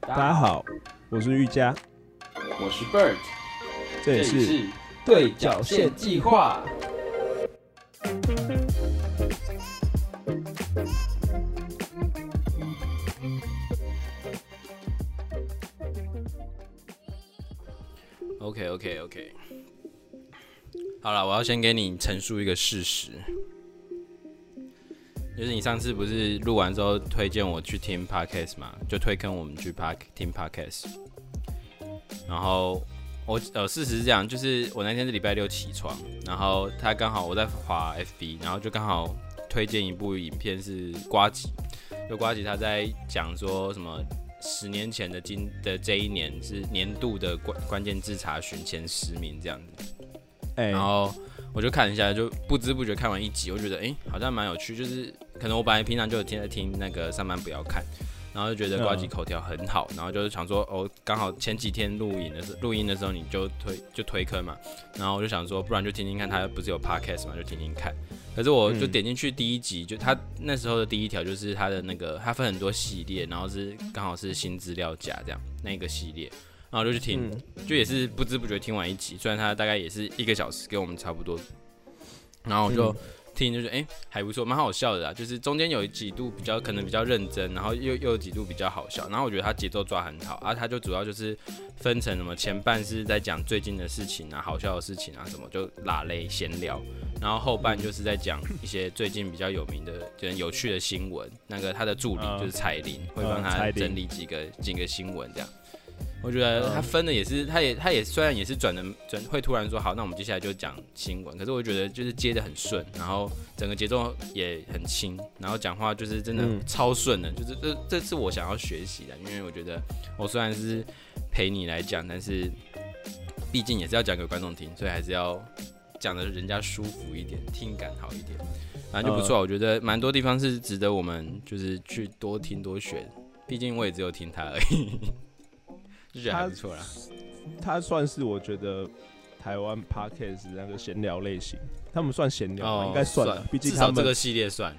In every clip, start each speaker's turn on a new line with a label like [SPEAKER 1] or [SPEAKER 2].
[SPEAKER 1] 大家，好，我是瑜伽，
[SPEAKER 2] 我是 Bird，
[SPEAKER 1] 这
[SPEAKER 2] 这
[SPEAKER 1] 也是
[SPEAKER 2] 对角线计划。
[SPEAKER 3] OK OK OK，好了，我要先给你陈述一个事实，就是你上次不是录完之后推荐我去听 podcast 嘛，就推坑我们去 park 听 podcast，然后我呃事实是这样，就是我那天是礼拜六起床，然后他刚好我在滑 FB，然后就刚好推荐一部影片是瓜吉，就瓜吉他在讲说什么十年前的今的这一年是年度的关关键字查询前十名这样子，
[SPEAKER 1] 哎、
[SPEAKER 3] 然后我就看了一下，就不知不觉看完一集，我觉得诶好像蛮有趣，就是可能我本来平常就有听在听那个上班不要看，然后就觉得瓜吉
[SPEAKER 1] 嗯
[SPEAKER 3] 口条很好，然后就是想说哦，刚好前几天录影的时候录音的时候你就推就推坑嘛，然后我就想说不然就听听看，他不是有 podcast 嘛，就听听看。可是我就
[SPEAKER 1] 嗯
[SPEAKER 3] 点进去第一集，就他那时候的第一条就是他的那个，他分很多系列，然后是刚好是新资料夹这样那个系列，然后我就去听，就也是不知不觉听完一集，虽然他大概也是一个小时，跟我们差不多，然后我就。听就是哎、诶还不错，蛮好笑的啦。就是中间有几度比较可能比较认真，然后又又有几度比较好笑。然后我觉得他节奏抓很好啊，他就主要就是分成什么前半是在讲最近的事情啊、好笑的事情啊什么，就拉嘞闲聊。然后后半就是在讲一些最近比较有名的、就是有趣的新闻。那个他的助理
[SPEAKER 1] 嗯
[SPEAKER 3] 就是彩铃，会
[SPEAKER 1] 嗯
[SPEAKER 3] 帮
[SPEAKER 1] 彩
[SPEAKER 3] 他
[SPEAKER 1] 铃
[SPEAKER 3] 整理几个几个新闻这样。我觉得他分的也是，他也他也虽然也是转的转，会突然说好，那我们接下来就讲新闻，可是我觉得就是接的很顺，然后整个节奏也很轻，然后讲话就是真的
[SPEAKER 1] 嗯
[SPEAKER 3] 超顺的，就是这这是我想要学习的，因为我觉得我虽然是陪你来讲，但是毕竟也是要讲给观众听，所以还是要讲的人家舒服一点，听感好一点，反正就
[SPEAKER 1] 嗯
[SPEAKER 3] 不错，我觉得蛮多地方是值得我们就是去多听多学，毕竟我也只有听他而已。 就觉得还不错啦。
[SPEAKER 1] 他算是我觉得台湾 podcast 那个闲聊类型，他们算闲聊吗？应该算了，毕竟
[SPEAKER 3] 哦至
[SPEAKER 1] 他
[SPEAKER 3] 少
[SPEAKER 1] 们
[SPEAKER 3] 这个系列算。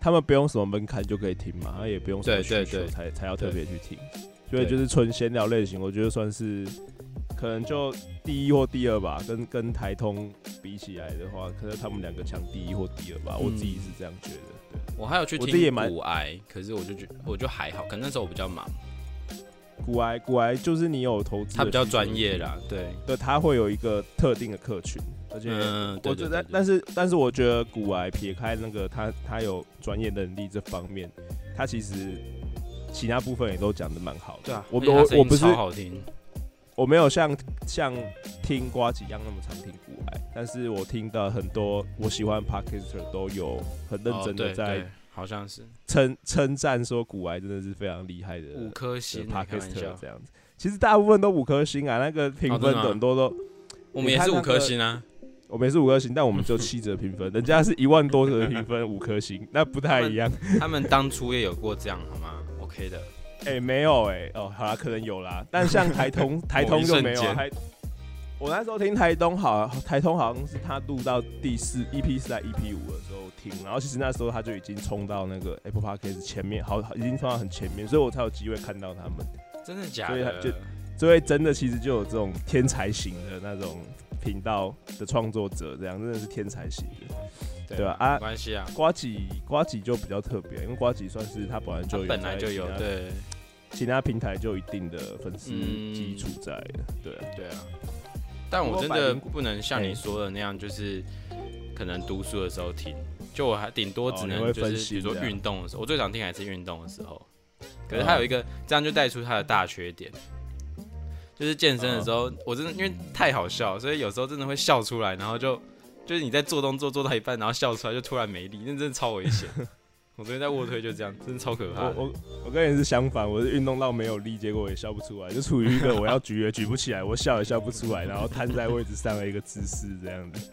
[SPEAKER 1] 他们不用什么门槛就可以听嘛，他也不用什么
[SPEAKER 3] 对对
[SPEAKER 1] 需求
[SPEAKER 3] 对
[SPEAKER 1] 才才要特别去听，所
[SPEAKER 3] 对
[SPEAKER 1] 以就是纯闲聊类型，我觉得算是可能就第一或第二吧，跟跟台通比起来的话，可能他们两个抢第一或第二吧，我
[SPEAKER 3] 嗯
[SPEAKER 1] 自己是这样觉得。对，
[SPEAKER 3] 我还有去
[SPEAKER 1] 我自己也
[SPEAKER 3] 听
[SPEAKER 1] 蛮
[SPEAKER 3] 骨癌，可是我就觉我就还好，可能那时候我比较忙，
[SPEAKER 1] 古埃古埃就是你有投资，
[SPEAKER 3] 他比较专业，啦，对，
[SPEAKER 1] 对，他会有一个特定的客群，而且。
[SPEAKER 3] 嗯，对
[SPEAKER 1] 我觉
[SPEAKER 3] 对
[SPEAKER 1] 得
[SPEAKER 3] 对，，
[SPEAKER 1] 但
[SPEAKER 3] 是
[SPEAKER 1] 是但是我觉得古癌撇开那个他他有专业能力这方面，他其实其他部分也都讲的蛮好的。
[SPEAKER 3] 对啊，
[SPEAKER 1] 我
[SPEAKER 3] 而且他
[SPEAKER 1] 我
[SPEAKER 3] 声音
[SPEAKER 1] 我不是
[SPEAKER 3] 超好听，
[SPEAKER 1] 我没有像像听瓜子一样那么常听古癌，但是我听到很多我喜欢 podcaster 都有很认
[SPEAKER 3] 哦
[SPEAKER 1] 真
[SPEAKER 3] 对
[SPEAKER 1] 的在
[SPEAKER 3] 对好像是
[SPEAKER 1] 称称赞说古癌真的是非常厉害的
[SPEAKER 3] 五颗
[SPEAKER 1] 的
[SPEAKER 3] 星，开玩
[SPEAKER 1] podcaster
[SPEAKER 3] 笑，
[SPEAKER 1] 这样子。其实大部分都五颗星啊，那个评
[SPEAKER 3] 哦
[SPEAKER 1] 分
[SPEAKER 3] 真的吗
[SPEAKER 1] 很多都
[SPEAKER 3] 我们也是五颗星啊，
[SPEAKER 1] 我们也是五颗星，但我们只有七折评 分，人家是一万多折评分，五颗星，那不太一样。
[SPEAKER 3] 他们当初也有过这样好吗？OK 的，
[SPEAKER 1] 哎、没有哎、哦，好啦，可能有啦，但像台通， 台通就没有
[SPEAKER 3] 某一瞬
[SPEAKER 1] 啊。
[SPEAKER 3] 间
[SPEAKER 1] 还我那时候听台东好，台通好像是他录到第四 EP 是在 EP 五的时候听，然后其实那时候他就已经冲到那个 Apple Podcast 前面，好，已经冲到很前面，所以我才有机会看到他们。
[SPEAKER 3] 真的假
[SPEAKER 1] 所以他
[SPEAKER 3] 的
[SPEAKER 1] 就？这位真的其实就有这种天才型的那种频道的创作者，这样真的是天才型的。对吧啊
[SPEAKER 3] 没关系啊，
[SPEAKER 1] 瓜吉瓜吉就比较特别，因为瓜吉算是他本来
[SPEAKER 3] 他
[SPEAKER 1] 就有
[SPEAKER 3] 本来
[SPEAKER 1] 在
[SPEAKER 3] 就有
[SPEAKER 1] 其他，
[SPEAKER 3] 对
[SPEAKER 1] 其他平台就有一定的粉丝
[SPEAKER 3] 嗯
[SPEAKER 1] 基础在的，对啊，
[SPEAKER 3] 对啊，但我
[SPEAKER 1] 不过
[SPEAKER 3] 真
[SPEAKER 1] 百
[SPEAKER 3] 的
[SPEAKER 1] 灵果
[SPEAKER 3] 不能像
[SPEAKER 1] 哎
[SPEAKER 3] 你说的那样，就是可能读书的时候听，就我还顶多
[SPEAKER 1] 哦
[SPEAKER 3] 只
[SPEAKER 1] 你
[SPEAKER 3] 能
[SPEAKER 1] 会
[SPEAKER 3] 就
[SPEAKER 1] 分
[SPEAKER 3] 是比
[SPEAKER 1] 心
[SPEAKER 3] 如说
[SPEAKER 1] 这样啊
[SPEAKER 3] 运动的时候，我最常听还是运动的时候。可是它有一个，这样就带出它的大缺点，就是健身的时
[SPEAKER 1] 嗯
[SPEAKER 3] 候，我真的因为太好笑，所以有时候真的会笑出来，然后就就是你在做动作做到一半，然后笑出来就突然没力，那真的超 危险。我昨天在卧推就这样，真的超可怕的。
[SPEAKER 1] 我我我跟你是相反，我是运动到没有力，结果也笑不出来，就处于一个我要举也举不起来，我笑也笑不出来，然后瘫在位置上的一个姿势这样子。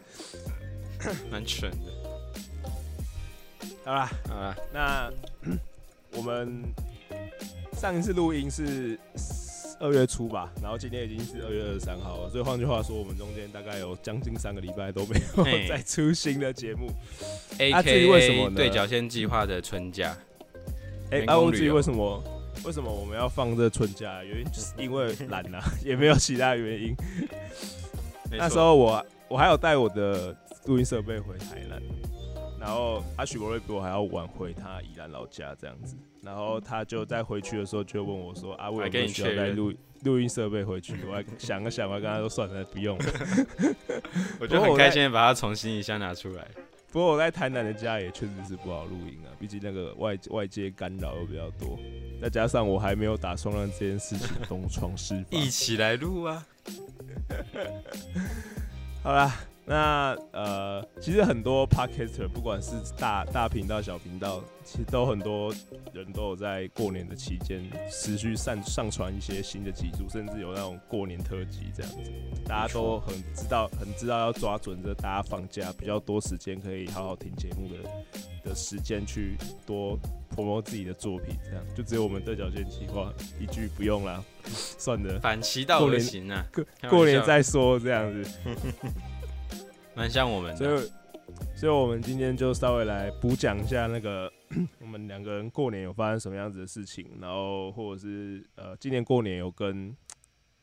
[SPEAKER 3] 蛮蠢的。
[SPEAKER 1] 好啦，
[SPEAKER 3] 好啦，
[SPEAKER 1] 那 我们上一次录音是二月初吧，然后今天已经是二月二十三号了，所以换句话说，我们中间大概有将近三个礼拜都没有
[SPEAKER 3] 嘿
[SPEAKER 1] 再出新的节目。
[SPEAKER 3] A
[SPEAKER 1] 啊至于为什
[SPEAKER 3] K
[SPEAKER 1] 么
[SPEAKER 3] A
[SPEAKER 1] 呢
[SPEAKER 3] 对角线计划的春假，
[SPEAKER 1] 哎、
[SPEAKER 3] 员
[SPEAKER 1] 阿
[SPEAKER 3] 工
[SPEAKER 1] 翁
[SPEAKER 3] 旅
[SPEAKER 1] 自己
[SPEAKER 3] 游
[SPEAKER 1] 为什么为什么我们要放这春假？原因 就是因为懒啊， 也没有其他原因。
[SPEAKER 3] 没
[SPEAKER 1] 那时
[SPEAKER 3] 错
[SPEAKER 1] 候我我还有带我的录音设备回台南，然后阿许博瑞比我还要晚回他宜兰老家这样子，然后他就在回去的时候就问我说：“啊，我
[SPEAKER 3] 还
[SPEAKER 1] 有没
[SPEAKER 3] 跟
[SPEAKER 1] 有
[SPEAKER 3] 你
[SPEAKER 1] 需要
[SPEAKER 3] 确
[SPEAKER 1] 带
[SPEAKER 3] 认
[SPEAKER 1] 录录音设备回 去？”我还想了想，我还跟他说：“算了，不用了。
[SPEAKER 3] 我就
[SPEAKER 1] 不过
[SPEAKER 3] 很
[SPEAKER 1] 我在
[SPEAKER 3] 开心地把它重新一下拿出来。”
[SPEAKER 1] 不过我在台南的家也确实是不好录音啊，毕竟那个外外界干扰又比较多，再加上我还没有打算让这件事情东窗事 发。
[SPEAKER 3] 一起来录啊！
[SPEAKER 1] 好啦，那呃，其实很多 podcaster，不管是大大频道、小频道，其实都很多人都有在过年的期间持续上上传一些新的集数，甚至有那种过年特辑这样子。大家都很知道，很知道要抓准这大家放假比较多时间，可以好好听节目的的时间去多 promo 自己的作品，这样就只有我们对角线计划一句不用啦，算了，
[SPEAKER 3] 反其道而行啊，开玩 笑
[SPEAKER 1] 过年再说这样子。
[SPEAKER 3] 蛮像我们
[SPEAKER 1] 所
[SPEAKER 3] 的。
[SPEAKER 1] 以，所以我们今天就稍微来补讲一下那个 我们两个人过年有发生什么样子的事情，然后或者是呃，今年过年有跟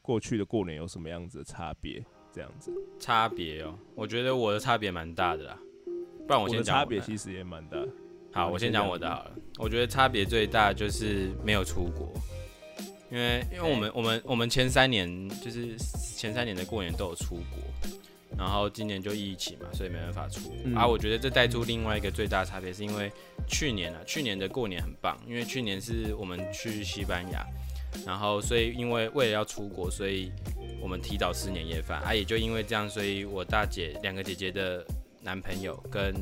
[SPEAKER 1] 过去的过年有什么样子的差别，这样子。
[SPEAKER 3] 差别哦，我觉得我的差别蛮大的啦。不然
[SPEAKER 1] 我
[SPEAKER 3] 我哦先
[SPEAKER 1] 的
[SPEAKER 3] 讲
[SPEAKER 1] 差
[SPEAKER 3] 我
[SPEAKER 1] 别
[SPEAKER 3] 的。
[SPEAKER 1] 其实也蛮大。
[SPEAKER 3] 好，
[SPEAKER 1] 好
[SPEAKER 3] 我
[SPEAKER 1] 你
[SPEAKER 3] 先
[SPEAKER 1] 先
[SPEAKER 3] 讲
[SPEAKER 1] 讲
[SPEAKER 3] 我的
[SPEAKER 1] 你
[SPEAKER 3] 好了。我觉得差别最大就是没有出国，因为因为我们我们我们前三年就是前三年的过年都有出国，然后今年就疫情嘛，所以没办法出国。
[SPEAKER 1] 嗯
[SPEAKER 3] 啊，我觉得这带出另外一个最大的差别，是因为去年啊，去年的过年很棒，因为去年是我们去西班牙，然后所以因为为了要出国，所以我们提早吃年夜饭啊，也就因为这样，所以我大姐两个姐姐的男朋友跟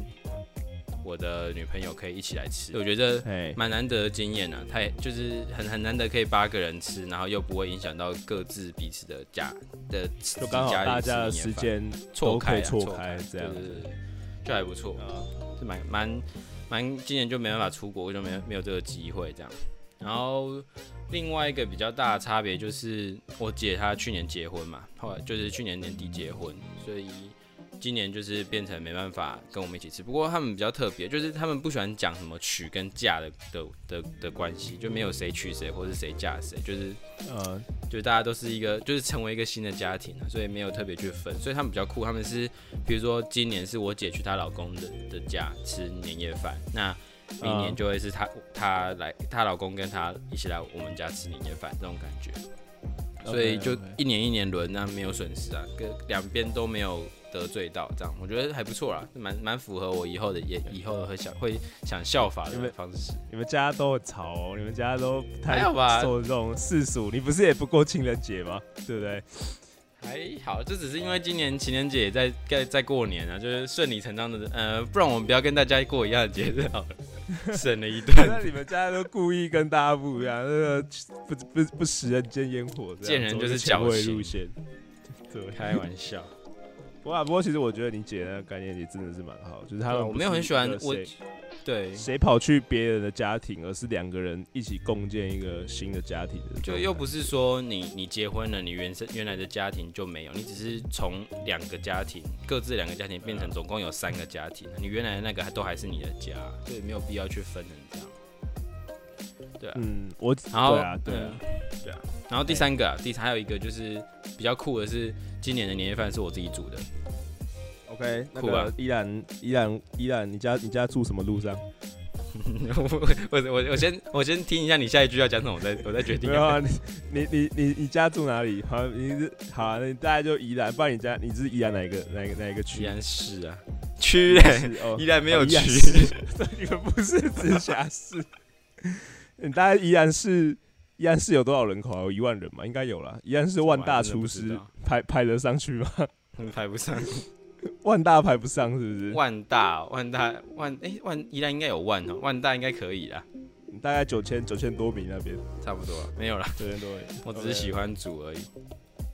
[SPEAKER 3] 我的女朋友可以一起来吃，我觉得
[SPEAKER 1] 哎，
[SPEAKER 3] 蛮难得的经验啊，他也就是很很难得可以八个人吃，然后又不会影响到各自彼此的家的自
[SPEAKER 1] 就
[SPEAKER 3] 己
[SPEAKER 1] 刚好
[SPEAKER 3] 家
[SPEAKER 1] 大
[SPEAKER 3] 里吃
[SPEAKER 1] 家的
[SPEAKER 3] 年夜
[SPEAKER 1] 时
[SPEAKER 3] 饭
[SPEAKER 1] 间
[SPEAKER 3] 错
[SPEAKER 1] 都可
[SPEAKER 3] 开
[SPEAKER 1] 以
[SPEAKER 3] 啊
[SPEAKER 1] 错
[SPEAKER 3] 错
[SPEAKER 1] 开这样
[SPEAKER 3] 对对
[SPEAKER 1] 子
[SPEAKER 3] 对对就还不错，
[SPEAKER 1] 啊，
[SPEAKER 3] 是蛮蛮蛮今年就没办法出国，就没有没有这个机会这样。然后另外一个比较大的差别就是我姐她去年结婚嘛，后来就是去年年底结婚，所以今年就是变成没办法跟我们一起吃。不过他们比较特别，就是他们不喜欢讲什么娶跟嫁的的的的关系，就没有谁娶谁或是谁嫁谁，就是
[SPEAKER 1] 呃，
[SPEAKER 3] 就是大家都是一个，就是成为一个新的家庭啊，所以没有特别去分，所以他们比较酷，他们是比如说今年是我姐去她老公的的家吃年夜饭，那明年
[SPEAKER 1] 嗯
[SPEAKER 3] 就会是她她来她老公跟她一起来我们家吃年夜饭这种感觉，所以就
[SPEAKER 1] OK，OK
[SPEAKER 3] 一年一年轮，那没有损失啊，跟两边都没有得罪到，这样我觉得还不错啦，蛮蛮符合我以后的也以后会想会想效法
[SPEAKER 1] 因为
[SPEAKER 3] 的方式。
[SPEAKER 1] 你们家都很吵哦，你们家都不太
[SPEAKER 3] 还好吧
[SPEAKER 1] 受这种世俗，你不是也不过情人节吗？对不对？
[SPEAKER 3] 还好，这只是因为今年情人节也在在在过年啊，就是顺理成章的，呃，不然我们不要跟大家过一样的节日好了，省了一顿
[SPEAKER 1] 那你们家都故意跟大家不一样，那个不不不食人间烟火这样，
[SPEAKER 3] 见人就是
[SPEAKER 1] 走前
[SPEAKER 3] 矫
[SPEAKER 1] 卫
[SPEAKER 3] 情
[SPEAKER 1] 路 线。对，
[SPEAKER 3] 开玩笑。
[SPEAKER 1] 不过啊不过其实我觉得你姐那个概念也真的是蛮好，就是他
[SPEAKER 3] 对啊
[SPEAKER 1] 们
[SPEAKER 3] 我
[SPEAKER 1] 不
[SPEAKER 3] 没有
[SPEAKER 1] 是
[SPEAKER 3] 很喜欢
[SPEAKER 1] 一个
[SPEAKER 3] 我
[SPEAKER 1] 谁
[SPEAKER 3] 对，
[SPEAKER 1] 谁跑去别人的家庭，而是两个人一起共建一个新的家庭的状态，
[SPEAKER 3] 就又不是说你你结婚了，你原生原来的家庭就没有，你只是从两个家庭各自两个家庭变成总共有三个家庭，你原来的那个还都还是你的家，所以没有必要去分成这样。对啊，
[SPEAKER 1] 嗯，我对
[SPEAKER 3] 然后
[SPEAKER 1] 啊对啊，
[SPEAKER 3] 对啊。然后第三个、啊，第三还有一个就是比较酷的是，今年的年夜饭是我自己煮的。
[SPEAKER 1] ，OK，那
[SPEAKER 3] 酷啊
[SPEAKER 1] 个依然依然依然，你家你家住什么路上？
[SPEAKER 3] 我我我我先我先听一下你下一句要讲什么，我再我再决定
[SPEAKER 1] 没。有啊，你你你你你家住哪里？好，你是好啊，那你大概就宜兰，不然你家你是宜兰哪一个哪一个哪一个
[SPEAKER 3] 依
[SPEAKER 1] 区？
[SPEAKER 3] 然是啊，区嘞，
[SPEAKER 1] 是哦
[SPEAKER 3] 依然没有区
[SPEAKER 1] 宜兰，市 你们不是直辖市。你大概宜兰市，宜兰市有多少人口啊？有一万人吗？应该有啦。宜兰市万大厨师
[SPEAKER 3] 我还真的不
[SPEAKER 1] 排排得上去吗？
[SPEAKER 3] 排不上。
[SPEAKER 1] 万大排不上是不是？
[SPEAKER 3] 万大哦万大万哎、万依然应该有万哦，万大应该可以啦，
[SPEAKER 1] 你大概九千九千多名那边，
[SPEAKER 3] 差不多没有啦，
[SPEAKER 1] 九千多名。
[SPEAKER 3] 我只是喜欢煮而已。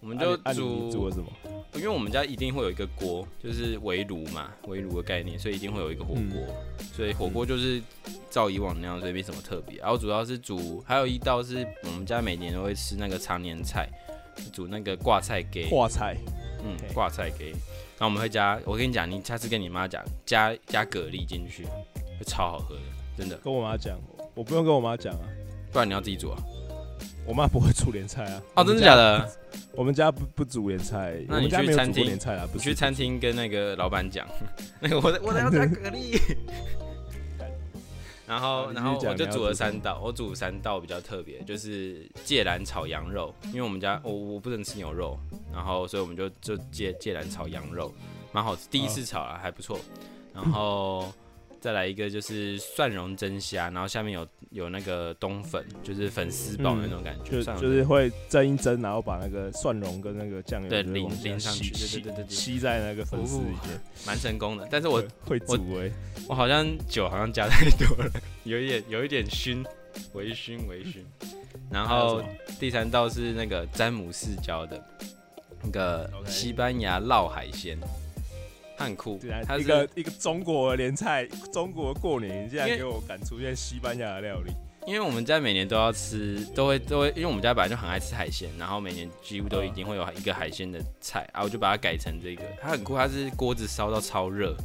[SPEAKER 3] 我们
[SPEAKER 1] 啊。
[SPEAKER 3] 就
[SPEAKER 1] 你啊你你煮
[SPEAKER 3] 煮
[SPEAKER 1] 了什么？
[SPEAKER 3] 因为我们家一定会有一个锅，就是围炉嘛，围炉的概念，所以一定会有一个火锅，所以火锅就是照以往那样，所以没什么特别。然后啊主要是煮，还有一道是我们家每年都会吃那个常年菜，煮那个挂菜给，
[SPEAKER 1] 挂菜。
[SPEAKER 3] 嗯，
[SPEAKER 1] 嘿
[SPEAKER 3] 挂菜给。然后我们会加，我跟你讲，你下次跟你妈讲，加加蛤蜊进去，会超好喝的，真的。
[SPEAKER 1] 跟我妈讲，我不用跟我妈讲啊。
[SPEAKER 3] 不然你要自己煮啊？
[SPEAKER 1] 我妈不会煮莲菜啊。
[SPEAKER 3] 哦，真的假
[SPEAKER 1] 的？
[SPEAKER 3] 的？
[SPEAKER 1] 我们家不不煮莲菜，
[SPEAKER 3] 那
[SPEAKER 1] 我
[SPEAKER 3] 你
[SPEAKER 1] 们家
[SPEAKER 3] 去
[SPEAKER 1] 没有
[SPEAKER 3] 餐
[SPEAKER 1] 煮过
[SPEAKER 3] 厅
[SPEAKER 1] 莲菜啊，不
[SPEAKER 3] 你
[SPEAKER 1] 是
[SPEAKER 3] 去餐厅跟那个老板讲， 那个我的我 的要加蛤蜊。 然
[SPEAKER 1] 好
[SPEAKER 3] 后，
[SPEAKER 1] 你继
[SPEAKER 3] 然
[SPEAKER 1] 续
[SPEAKER 3] 后
[SPEAKER 1] 讲
[SPEAKER 3] 我就
[SPEAKER 1] 你要
[SPEAKER 3] 煮了
[SPEAKER 1] 煮什么
[SPEAKER 3] 三道，我煮三道比较特别，就是芥兰炒羊肉，因为我们家我我不能吃牛肉，然后所以我们就就芥芥兰炒羊肉，蛮好吃，第
[SPEAKER 1] 哦
[SPEAKER 3] 一次炒啊还不错。然后再来一个就是蒜蓉蒸虾，然后下面有有那个冬粉，就是粉丝煲的那种感觉，
[SPEAKER 1] 嗯就
[SPEAKER 3] 蒜蓉
[SPEAKER 1] 就是会蒸一蒸，然后把那个蒜蓉跟那个酱油
[SPEAKER 3] 对
[SPEAKER 1] 就是
[SPEAKER 3] 淋
[SPEAKER 1] 往下
[SPEAKER 3] 淋上
[SPEAKER 1] 吸
[SPEAKER 3] 去对
[SPEAKER 1] 吸
[SPEAKER 3] 对对对对
[SPEAKER 1] 吸在那个粉丝里面。
[SPEAKER 3] 蛮成功的。但是我
[SPEAKER 1] 会会
[SPEAKER 3] 我
[SPEAKER 1] 煮哎、
[SPEAKER 3] 我好像酒好像加太多了，有一点有一点熏，微醺微醺。然后第三道是那个詹姆士教的那个
[SPEAKER 1] OK
[SPEAKER 3] 西班牙烙海鲜，它很酷
[SPEAKER 1] 对啊，，
[SPEAKER 3] 它
[SPEAKER 1] 一
[SPEAKER 3] 是
[SPEAKER 1] 个一个中国的联菜，中国过年竟然
[SPEAKER 3] 因为
[SPEAKER 1] 给我赶出现西班牙的料理，
[SPEAKER 3] 因为我们家每年都要吃，都会都会，因为我们家本来就很爱吃海鲜，然后每年几乎都一定会有一个海鲜的菜啊，我就把它改成这个，它很酷，它是锅子烧到超热，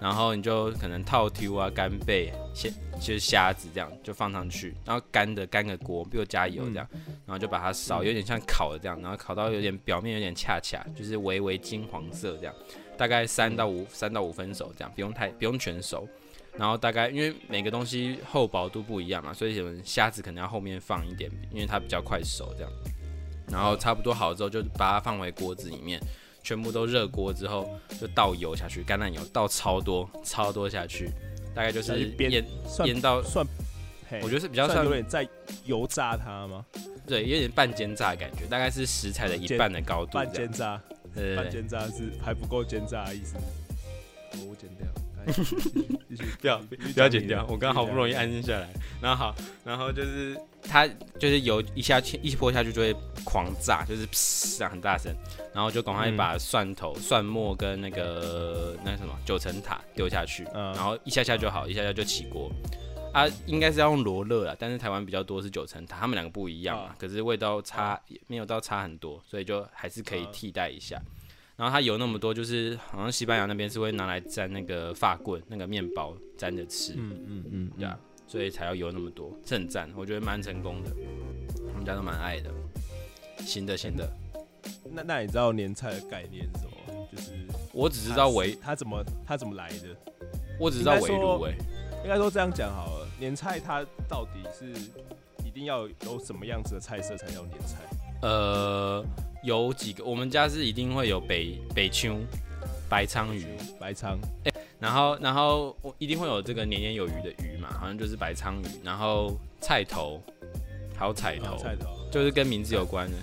[SPEAKER 3] 然后你就可能套 Q 啊、干贝、虾就是虾子这样就放上去，然后干的干个锅，比如加油这样，然后就把它烧，有点像烤的这样，然后烤到有点表面有点恰恰，就是微微金黄色这样，大概三到五三到五分熟这样，不用太不用全熟。然后大概因为每个东西厚薄度不一样嘛，所以有人虾子可能要后面放一点，因为它比较快熟这样。然后差不多好之后，就把它放回锅子里面，全部都热锅之后，就倒油下去，橄榄油倒超多超多下去，大概就
[SPEAKER 1] 下
[SPEAKER 3] 是
[SPEAKER 1] 去煸
[SPEAKER 3] 腌
[SPEAKER 1] 算
[SPEAKER 3] 腌到，
[SPEAKER 1] 算，嘿
[SPEAKER 3] 我觉得是比较
[SPEAKER 1] 算
[SPEAKER 3] 算
[SPEAKER 1] 有点在油炸它吗？
[SPEAKER 3] 对，有点半煎炸的感觉，大概是食材的一
[SPEAKER 1] 煎
[SPEAKER 3] 半的高度
[SPEAKER 1] 半
[SPEAKER 3] 这样
[SPEAKER 1] 煎。炸，
[SPEAKER 3] 对对
[SPEAKER 1] 半
[SPEAKER 3] 对，
[SPEAKER 1] 煎炸是还不够煎炸的意思。哦我剪 掉，来继续继续
[SPEAKER 3] 不要
[SPEAKER 1] 继续
[SPEAKER 3] 不要
[SPEAKER 1] 讲
[SPEAKER 3] 剪
[SPEAKER 1] 你的
[SPEAKER 3] 掉，我刚好不容易安静下来。然后好，然后就是它就是油一下去一泼下去就会狂炸，就是噗这样很大声，然后就赶快
[SPEAKER 1] 嗯
[SPEAKER 3] 把蒜头、蒜末跟那个那什么九层塔丢下去，
[SPEAKER 1] 嗯
[SPEAKER 3] 然后一下下就好，一下下就起锅。啊，应该是要用罗勒啦，但是台湾比较多是九层塔，他们两个不一样嘛，
[SPEAKER 1] 啊
[SPEAKER 3] 可是味道差也没有到差很多，所以就还是可
[SPEAKER 1] 嗯
[SPEAKER 3] 以替代一下。然后它油那么多，就是好像西班牙那边是会拿来沾那个发棍、那个面包沾着吃，
[SPEAKER 1] 嗯嗯嗯，
[SPEAKER 3] 对啊，所以才要油那么多，是很赞，我觉得蛮成功的，我们家都蛮爱的。新的新的，
[SPEAKER 1] 那那你知道年菜的概念是什么吗？就是
[SPEAKER 3] 我只知道围，
[SPEAKER 1] 它怎么它怎么来的？
[SPEAKER 3] 我只知道围
[SPEAKER 1] 应该
[SPEAKER 3] 炉
[SPEAKER 1] 说
[SPEAKER 3] 哎，
[SPEAKER 1] 应该说这样讲好了，年菜它到底是一定要有什么样子的菜色才叫年菜？
[SPEAKER 3] 呃，有几个我们家是一定会有北北秋、白鲳鱼，
[SPEAKER 1] 白鲳，
[SPEAKER 3] 然后，然后我一定会有这个年年有余的鱼嘛，好像就是白鲳鱼，然后菜头，还有彩
[SPEAKER 1] 然
[SPEAKER 3] 头，
[SPEAKER 1] 后哦菜头。
[SPEAKER 3] 就是跟名字有关的。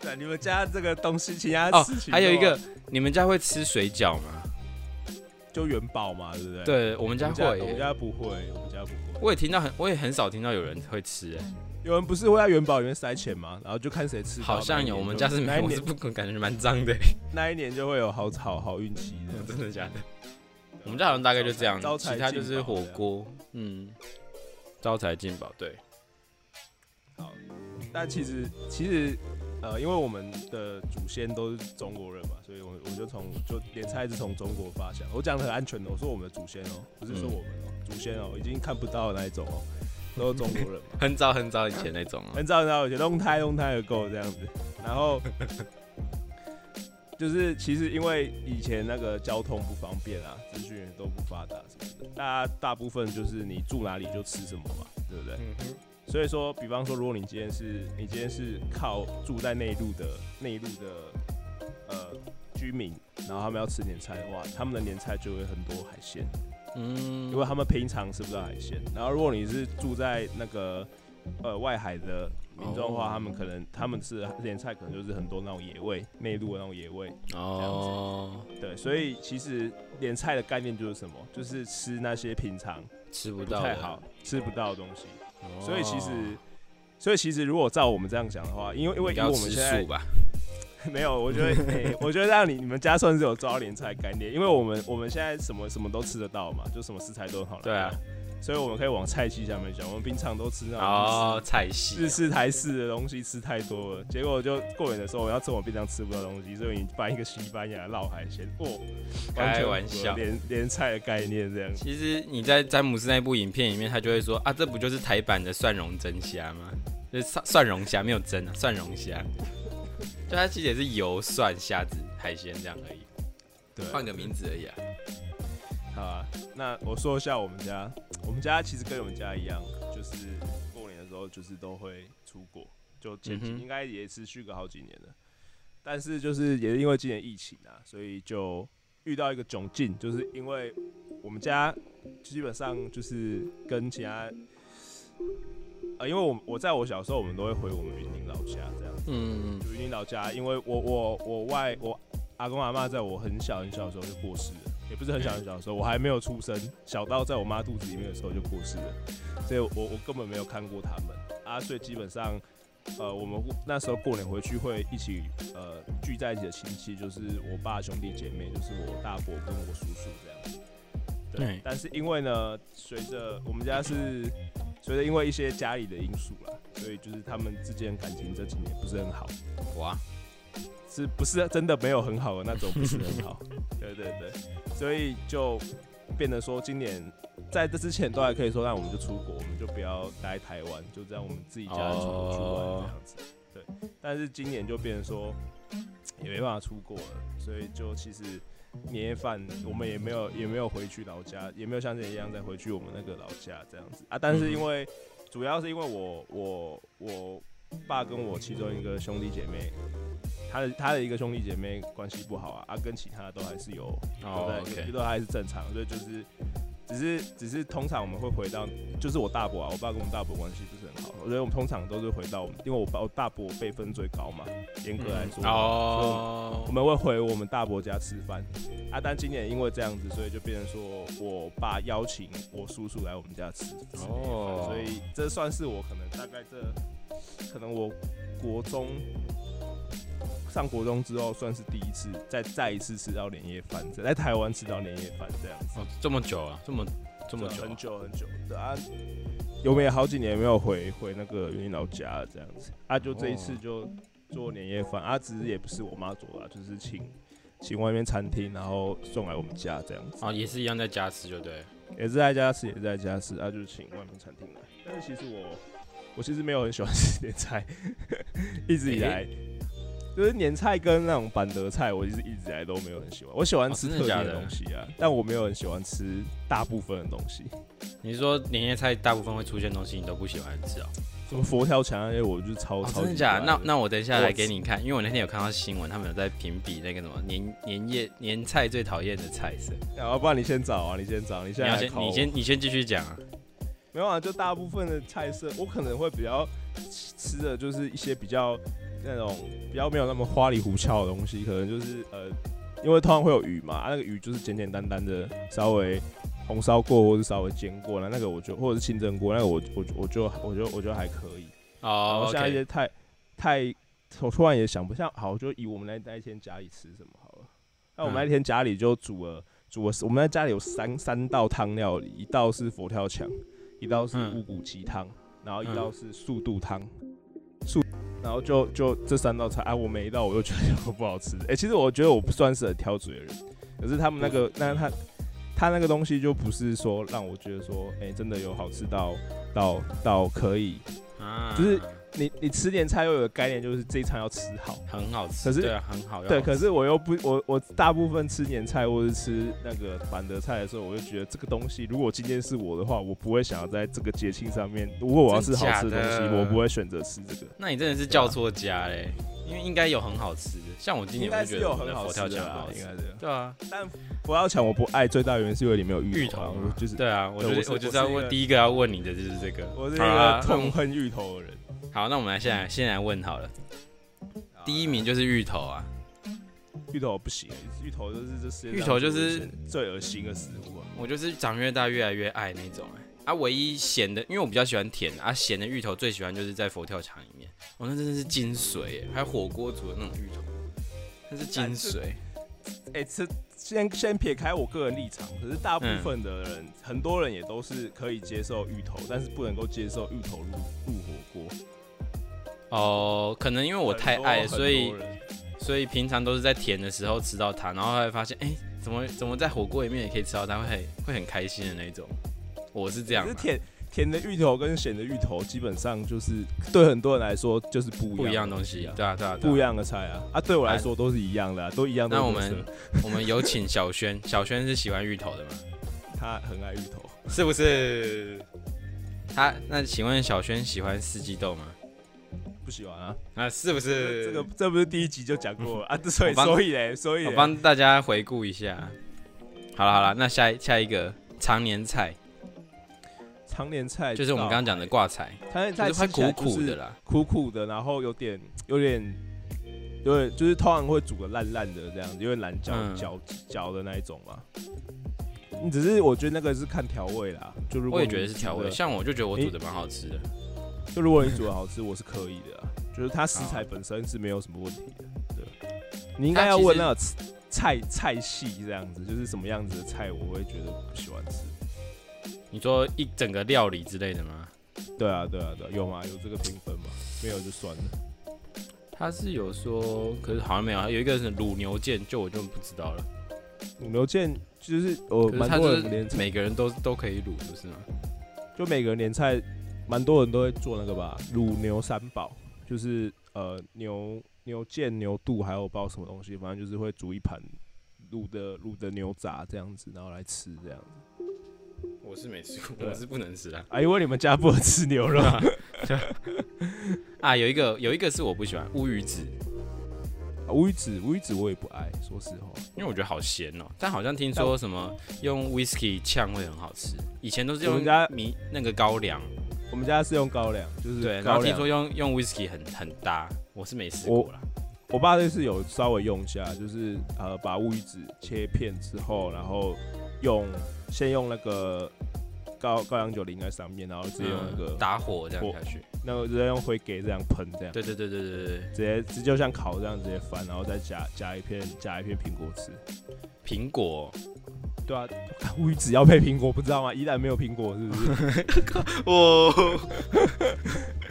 [SPEAKER 1] 对，你们家这个东西，其他
[SPEAKER 3] 哦
[SPEAKER 1] 事，情
[SPEAKER 3] 还有一
[SPEAKER 1] 都
[SPEAKER 3] 个，你们家会吃水饺吗？
[SPEAKER 1] 就元宝嘛，对不对？，
[SPEAKER 3] 对，我们
[SPEAKER 1] 我
[SPEAKER 3] 家
[SPEAKER 1] 们家
[SPEAKER 3] 会
[SPEAKER 1] 我们
[SPEAKER 3] 耶。
[SPEAKER 1] 家不会，我们家不会。
[SPEAKER 3] 我也听到很，我也很少听到有人会吃耶，
[SPEAKER 1] 有人不是会在元宝里面塞钱吗？然后就看谁吃到。
[SPEAKER 3] 好像有，我们家是没
[SPEAKER 1] 那一
[SPEAKER 3] 有，我是
[SPEAKER 1] 年
[SPEAKER 3] 不感觉蛮脏的耶，
[SPEAKER 1] 那一年就会有好好好运气的。
[SPEAKER 3] 真的假的？我们家好像大概就这样
[SPEAKER 1] 嗯招，财
[SPEAKER 3] 其他就是
[SPEAKER 1] 进宝
[SPEAKER 3] 火
[SPEAKER 1] 这样
[SPEAKER 3] 锅，嗯，招财进宝，对，
[SPEAKER 1] 但其实其实呃，因为我们的祖先都是中国人嘛，所以我我就从就连菜是从中国发祥。我讲的很安全的，我说我们的祖先哦、不是说我们哦、祖先哦、已经看不到的那一种哦、都是中国人嘛。
[SPEAKER 3] 很早很早以前那种哦，
[SPEAKER 1] 很早很早以前，弄胎弄胎的够这样子。然后 就是其实因为以前那个交通不方便啊，资讯也都不发达什么的，大家大部分就是你住哪里就吃什么嘛，对不对？
[SPEAKER 3] 嗯哼，
[SPEAKER 1] 所以说，比方说，如果你今天是你今天是靠住在内陆的内陆的呃居民，然后他们要吃年菜的话，他们的年菜就会很多海鲜。
[SPEAKER 3] 嗯，
[SPEAKER 1] 因为他们平常吃不到海鲜。然后如果你是住在那个呃外海的民众的话，
[SPEAKER 3] 哦
[SPEAKER 1] 他们可能他们吃的莲菜可能就是很多那种野味，内陆的那种野味。
[SPEAKER 3] 哦，
[SPEAKER 1] 对，所以其实莲菜的概念就是什么？就是吃那些平常
[SPEAKER 3] 吃不
[SPEAKER 1] 不
[SPEAKER 3] 到
[SPEAKER 1] 太
[SPEAKER 3] 的
[SPEAKER 1] 好吃不到的东西。
[SPEAKER 3] 哦
[SPEAKER 1] 所以其实。所以其实，如果照我们这样讲的话，因为因为
[SPEAKER 3] 你
[SPEAKER 1] 以
[SPEAKER 3] 要
[SPEAKER 1] 我们
[SPEAKER 3] 吃
[SPEAKER 1] 现在
[SPEAKER 3] 素吧，
[SPEAKER 1] 没有，我觉得，欸、我觉得让你你们家算是有抓到莲菜概念，因为我们我们现在什么什么都吃得到嘛，就什么食材都很好拿到
[SPEAKER 3] 对啊，
[SPEAKER 1] 所以我们可以往菜系下面想。我们平常都吃那种
[SPEAKER 3] 哦，菜系
[SPEAKER 1] 啊日式台式的东西吃太多了，结果就过年的时候我要吃我平常吃不到的东西，所以你搬一个西班牙烙海鲜，哦，完全
[SPEAKER 3] 开玩笑
[SPEAKER 1] 连连菜的概念这样子。
[SPEAKER 3] 其实你在詹姆斯那部影片里面，他就会说啊，这不就是台版的蒜蓉蒸虾吗？就是蒜蒜蓉虾没有蒸啊，蒜蓉虾，就它其实也是油蒜虾子海鲜这样而已，
[SPEAKER 1] 对，
[SPEAKER 3] 换个名字而已啊。
[SPEAKER 1] 好啊，那我说一下我们家，我们家其实跟你们家一样，就是过年的时候就是都会出国，就前几、
[SPEAKER 3] 嗯哼
[SPEAKER 1] 应该也持续个好几年了。但是就是也是因为今年疫情啊，所以就遇到一个窘境，就是因为我们家基本上就是跟其他，呃，因为我我在我小时候，我们都会回我们云林老家这样子。
[SPEAKER 3] 嗯，
[SPEAKER 1] 就云林老家，因为我我我外我阿公阿妈在我很小很小的时候就过世了，也不是很小很小的时候，我还没有出生，小到在我妈肚子里面的时候就过世了，所以我我根本没有看过他们啊，所以基本上。呃，我们那时候过年回去会一起呃聚在一起的亲戚，就是我爸兄弟姐妹，就是我大伯跟我叔叔这样子。
[SPEAKER 3] 对
[SPEAKER 1] 但是因为呢，随着我们家是随着因为一些家里的因素啦，所以就是他们之间感情这几年不是很好。
[SPEAKER 3] 哇，
[SPEAKER 1] 是不是真的没有很好的那种，不是很好。对对对，所以就变得说，今年在这之前都还可以说，那我们就出国，我们就不要待台湾，就这样我们自己家人出国去玩
[SPEAKER 3] 哦
[SPEAKER 1] 这样子。对，但是今年就变成说也没办法出国了，所以就其实年夜饭我们也没有也没有回去老家，也没有像之前一样再回去我们那个老家这样子啊。但是因为、主要是因为我我我爸跟我其中一个兄弟姐妹，他的他的一个兄弟姐妹关系不好啊，啊跟其他的都还是有都在
[SPEAKER 3] 哦，OK，
[SPEAKER 1] 都还是正常，所以就是只是只是通常我们会回到，就是我大伯啊，我爸跟我大伯关系不是很好，所以我们通常都是回到我们，因为我爸我大伯辈分最高嘛，严格来
[SPEAKER 3] 嗯
[SPEAKER 1] 说，
[SPEAKER 3] 哦
[SPEAKER 1] 我，们会回我们大伯家吃饭。啊，但今年因为这样子，所以就变成说我爸邀请我叔叔来我们家吃吃年夜饭
[SPEAKER 3] 哦
[SPEAKER 1] 所以这算是我可能大概这可能我国中上国中之后，算是第一次再再一次吃到年夜饭，在台湾吃到年夜饭这样子。
[SPEAKER 3] 哦，这么久啊，这么这么
[SPEAKER 1] 对
[SPEAKER 3] 久啊
[SPEAKER 1] 很，久很久对啊，我们也好几年没有回回那个云林老家了这样子啊，就这一次
[SPEAKER 3] 哦
[SPEAKER 1] 就做年夜饭啊，只是也不是我妈做啦，就是请请外面餐厅，然后送来我们家这样子，
[SPEAKER 3] 哦，也是一样在家吃，就对了。
[SPEAKER 1] 也是在家吃，也是在家吃啊，就是请外面餐厅来。但是其实我我其实没有很喜欢吃年菜， 一直以来。就是年菜跟那种板德菜，我其实一直以来都没有很喜欢。我喜欢
[SPEAKER 3] 哦
[SPEAKER 1] 吃
[SPEAKER 3] 真
[SPEAKER 1] 特定
[SPEAKER 3] 的假
[SPEAKER 1] 的
[SPEAKER 3] 的
[SPEAKER 1] 东西啊，但我没有很喜欢吃大部分的东西。
[SPEAKER 3] 你是说年夜菜大部分会出现的东西你都不喜欢吃哦？
[SPEAKER 1] 什么佛跳墙那些，我就是超、
[SPEAKER 3] 哦，
[SPEAKER 1] 超
[SPEAKER 3] 真的
[SPEAKER 1] 级
[SPEAKER 3] 假
[SPEAKER 1] 不
[SPEAKER 3] 的？
[SPEAKER 1] 爱
[SPEAKER 3] 那那我等一下来给你看，因为我那天有看到新闻，他们有在评比那个什么年年夜年菜最讨厌的菜色。
[SPEAKER 1] 要不然你先找啊，你先找，你
[SPEAKER 3] 你
[SPEAKER 1] 现在
[SPEAKER 3] 要
[SPEAKER 1] 来
[SPEAKER 3] 先
[SPEAKER 1] 考
[SPEAKER 3] 你
[SPEAKER 1] 我
[SPEAKER 3] 先你先继续讲啊。
[SPEAKER 1] 没有啊？就大部分的菜色，我可能会比较吃的就是一些比较那种比较没有那么花里胡俏的东西，可能就是呃，因为通常会有鱼嘛，啊、那个鱼就是简简单单的稍微。红烧过或是稍微煎过了，那那个我就或者是清蒸过，那个我我我就我就我就还可以。然
[SPEAKER 3] 哦
[SPEAKER 1] 后像一
[SPEAKER 3] ，OK，
[SPEAKER 1] 些太太，我突然也想不像，好，就以我们那那一天家里吃什么好了。那我们
[SPEAKER 3] 嗯
[SPEAKER 1] 那天家里就煮了煮了，我们在家里有三三道汤料理，一道是佛跳墙，一道是
[SPEAKER 3] 嗯
[SPEAKER 1] 五谷鸡汤，然后一
[SPEAKER 3] 嗯
[SPEAKER 1] 道是速度汤，速，然后就就这三道菜啊，我每一道我都觉得不好吃。哎、其实我觉得我不算是很挑嘴的人，可是他们那
[SPEAKER 3] 嗯
[SPEAKER 1] 个那他他那个东西就不是说让我觉得说，哎、真的有好吃到到到可以
[SPEAKER 3] 啊
[SPEAKER 1] 就是你你吃年菜又有个概念，就是这一餐要吃好。
[SPEAKER 3] 很好吃，
[SPEAKER 1] 可是
[SPEAKER 3] 对啊，很好，
[SPEAKER 1] 对，可
[SPEAKER 3] 是
[SPEAKER 1] 是我又不，我我大部分吃年菜或是吃那个板德菜的时候，我就觉得这个东西，如果今天是我的话，我不会想要在这个节庆上面，如果我要吃好吃的东
[SPEAKER 3] 真假
[SPEAKER 1] 西，
[SPEAKER 3] 的
[SPEAKER 1] 我不会选择吃这个。
[SPEAKER 3] 那你真的是叫错家嘞，因为应该有很好吃的，像我今
[SPEAKER 1] 应
[SPEAKER 3] 年
[SPEAKER 1] 该
[SPEAKER 3] 我就是觉得
[SPEAKER 1] 有
[SPEAKER 3] 我们
[SPEAKER 1] 很
[SPEAKER 3] 的佛
[SPEAKER 1] 好
[SPEAKER 3] 跳
[SPEAKER 1] 吃
[SPEAKER 3] 墙
[SPEAKER 1] 的
[SPEAKER 3] 很
[SPEAKER 1] 啦
[SPEAKER 3] 好，
[SPEAKER 1] 应
[SPEAKER 3] 吃
[SPEAKER 1] 该。是。
[SPEAKER 3] 对啊，
[SPEAKER 1] 佛跳墙我不爱，最大原因是因为里面有芋
[SPEAKER 3] 芋
[SPEAKER 1] 头
[SPEAKER 3] 头
[SPEAKER 1] 啊，
[SPEAKER 3] 啊
[SPEAKER 1] 我就是
[SPEAKER 3] 对啊，我
[SPEAKER 1] 对
[SPEAKER 3] 就
[SPEAKER 1] 我
[SPEAKER 3] 是
[SPEAKER 1] 是
[SPEAKER 3] 我就是要
[SPEAKER 1] 我是一个
[SPEAKER 3] 问第一个要问你的就是这个。
[SPEAKER 1] 我是一
[SPEAKER 3] 好啊
[SPEAKER 1] 个
[SPEAKER 3] 啦
[SPEAKER 1] 痛恨芋头的人。
[SPEAKER 3] 好，那我们来现在先来问好了，
[SPEAKER 1] 啊
[SPEAKER 3] 第一名就是芋头啊，
[SPEAKER 1] 芋头不行，芋头就是这世界上
[SPEAKER 3] 芋头就是
[SPEAKER 1] 最恶心最恶心的食物啊。
[SPEAKER 3] 我就是长越大越来越爱那种哎、啊，唯一咸的，因为我比较喜欢甜的啊，咸的芋头最喜欢就是在佛跳墙里欸面，哦，那真的是精髓哎，还有火锅煮的那种芋头，那是精髓。
[SPEAKER 1] 哎、这先先撇开我个人立场，可是大部
[SPEAKER 3] 嗯
[SPEAKER 1] 分的人，很多人也都是可以接受芋头，但是不能够接受芋头入入火锅。
[SPEAKER 3] 哦，可能因为我太
[SPEAKER 1] 很多
[SPEAKER 3] 爱，
[SPEAKER 1] 很多
[SPEAKER 3] 所以
[SPEAKER 1] 人
[SPEAKER 3] 所以平常都是在甜的时候吃到它，然后后来发现，哎、怎么怎么在火锅里面也可以吃到它，会很会很开心的那一种。我是这样啊
[SPEAKER 1] 可
[SPEAKER 3] 啦
[SPEAKER 1] 是，甜甜的芋头跟咸的芋头基本上就是对很多人来说就是不一样
[SPEAKER 3] 不一样的东西啊，对啊对啊，对啊
[SPEAKER 1] 不一样的菜啊啊！对我来说都是一样的啊、都一样的
[SPEAKER 3] 那
[SPEAKER 1] 特色。
[SPEAKER 3] 我们我们有请小轩，小轩是喜欢芋头的吗？
[SPEAKER 1] 他很爱芋头，
[SPEAKER 3] 是不是？他那请问小轩喜欢四季豆吗？
[SPEAKER 1] 不喜欢啊。
[SPEAKER 3] 啊，是不是？
[SPEAKER 1] 这个这不是第一集就讲过了啊？ 之所以
[SPEAKER 3] 嗯我帮
[SPEAKER 1] 所以嘞，所以
[SPEAKER 3] 我
[SPEAKER 1] 嘞
[SPEAKER 3] 帮大家回顾一下。好了好了，那下一下一个常年菜，
[SPEAKER 1] 常年菜
[SPEAKER 3] 就是我们刚刚讲的挂菜，
[SPEAKER 1] 到，常年
[SPEAKER 3] 就
[SPEAKER 1] 菜吃
[SPEAKER 3] 是快
[SPEAKER 1] 起来
[SPEAKER 3] 苦
[SPEAKER 1] 就是
[SPEAKER 3] 苦的啦。
[SPEAKER 1] 苦苦的，然后有点有点有点就是通常会煮的烂烂的这样，有点难嚼
[SPEAKER 3] 嗯
[SPEAKER 1] 嚼嚼的那一种嘛。你只是我觉得那个是看调味啦，就如果
[SPEAKER 3] 我也觉得
[SPEAKER 1] 你
[SPEAKER 3] 是
[SPEAKER 1] 煮
[SPEAKER 3] 调味，
[SPEAKER 1] 的
[SPEAKER 3] 像我就觉得我
[SPEAKER 1] 诶
[SPEAKER 3] 煮的蛮好吃的。
[SPEAKER 1] 就如果你煮的好吃，我是可以的、啊，就是它食材本身是没有什么问题的。对，你应该要问那个吃菜菜系这样子，就是什么样子的菜我会觉得不喜欢吃。
[SPEAKER 3] 你说一整个料理之类的吗？
[SPEAKER 1] 对啊，对啊，对啊，有吗？有这个评分吗？没有就算了。
[SPEAKER 3] 他是有说，可是好像没有，有一个是卤牛腱，就我就不知道了。
[SPEAKER 1] 五牛腱就是我
[SPEAKER 3] 可是
[SPEAKER 1] 蛮
[SPEAKER 3] 他
[SPEAKER 1] 多
[SPEAKER 3] 就
[SPEAKER 1] 人连
[SPEAKER 3] 是
[SPEAKER 1] 菜，
[SPEAKER 3] 每个人都都可以卤，不是吗？
[SPEAKER 1] 就每个人连菜，蛮多人都会做那个吧，卤牛三宝，就是呃牛牛腱、牛肚，还有不知道什么东西，反正就是会煮一盘卤的卤的牛杂这样子，然后来吃这样子。
[SPEAKER 3] 我是没吃过，
[SPEAKER 1] 对
[SPEAKER 3] 我是不能吃啊。
[SPEAKER 1] 啊，因为你们家不能吃牛 肉，
[SPEAKER 3] 啊，有一个有一个是我不喜欢乌鱼子，
[SPEAKER 1] 乌鱼子，乌鱼子我也不爱，说实话。
[SPEAKER 3] 因为我觉得好咸哦、但好像听说什么用 whisky 呛会很好吃，以前都是
[SPEAKER 1] 我
[SPEAKER 3] 用
[SPEAKER 1] 们家
[SPEAKER 3] 米那个高粱，
[SPEAKER 1] 我们家是用高粱，就是
[SPEAKER 3] 对，然
[SPEAKER 1] 高
[SPEAKER 3] 后听
[SPEAKER 1] 粱
[SPEAKER 3] 说。用用 whisky 很很搭，我是没试过啦。
[SPEAKER 1] 我爸这次有稍微用一下，就是呃，把乌鱼子切片之后，然后用先用那个高高粱酒淋在上面，然后直接用那个、
[SPEAKER 3] 嗯打火这样下去，
[SPEAKER 1] 那个直接用灰给这样喷这样，
[SPEAKER 3] 对对对对对对，
[SPEAKER 1] 直接直接就像烤这样直接翻，然后再加加一片加一片苹果吃。
[SPEAKER 3] 苹果，
[SPEAKER 1] 对啊，乌鱼子要配苹果，不知道吗？依然没有苹果是不是？
[SPEAKER 3] 哦，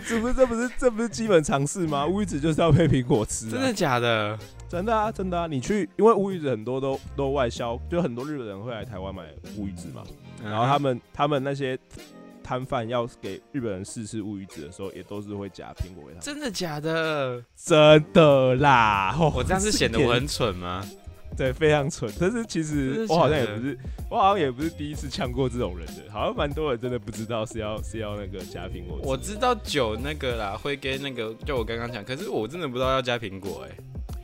[SPEAKER 1] 是不是这不是这不是基本常识吗？乌鱼子就是要配苹果吃、啊，
[SPEAKER 3] 真的假的？
[SPEAKER 1] 真的啊，真的啊，你去，因为乌鱼子很多都都外销，就很多日本人会来台湾买乌鱼子嘛。 然后他
[SPEAKER 3] 嗯
[SPEAKER 1] 们他们那些摊贩要给日本人试吃乌鱼子的时候，也都是会夹苹果给他们。
[SPEAKER 3] 真的假的？
[SPEAKER 1] 真的啦，哦
[SPEAKER 3] 我这样是显得我很蠢吗？
[SPEAKER 1] 对非常蠢，但是其实
[SPEAKER 3] 真的假
[SPEAKER 1] 我
[SPEAKER 3] 的
[SPEAKER 1] 好像也不是，我好像也不是第一次呛过这种人的，好像蛮多人真的不知道是要是要那个夹苹果
[SPEAKER 3] 我
[SPEAKER 1] 汁。
[SPEAKER 3] 知道酒那个啦，会跟那个就我刚刚讲，可是我真的不知道要加苹果哎、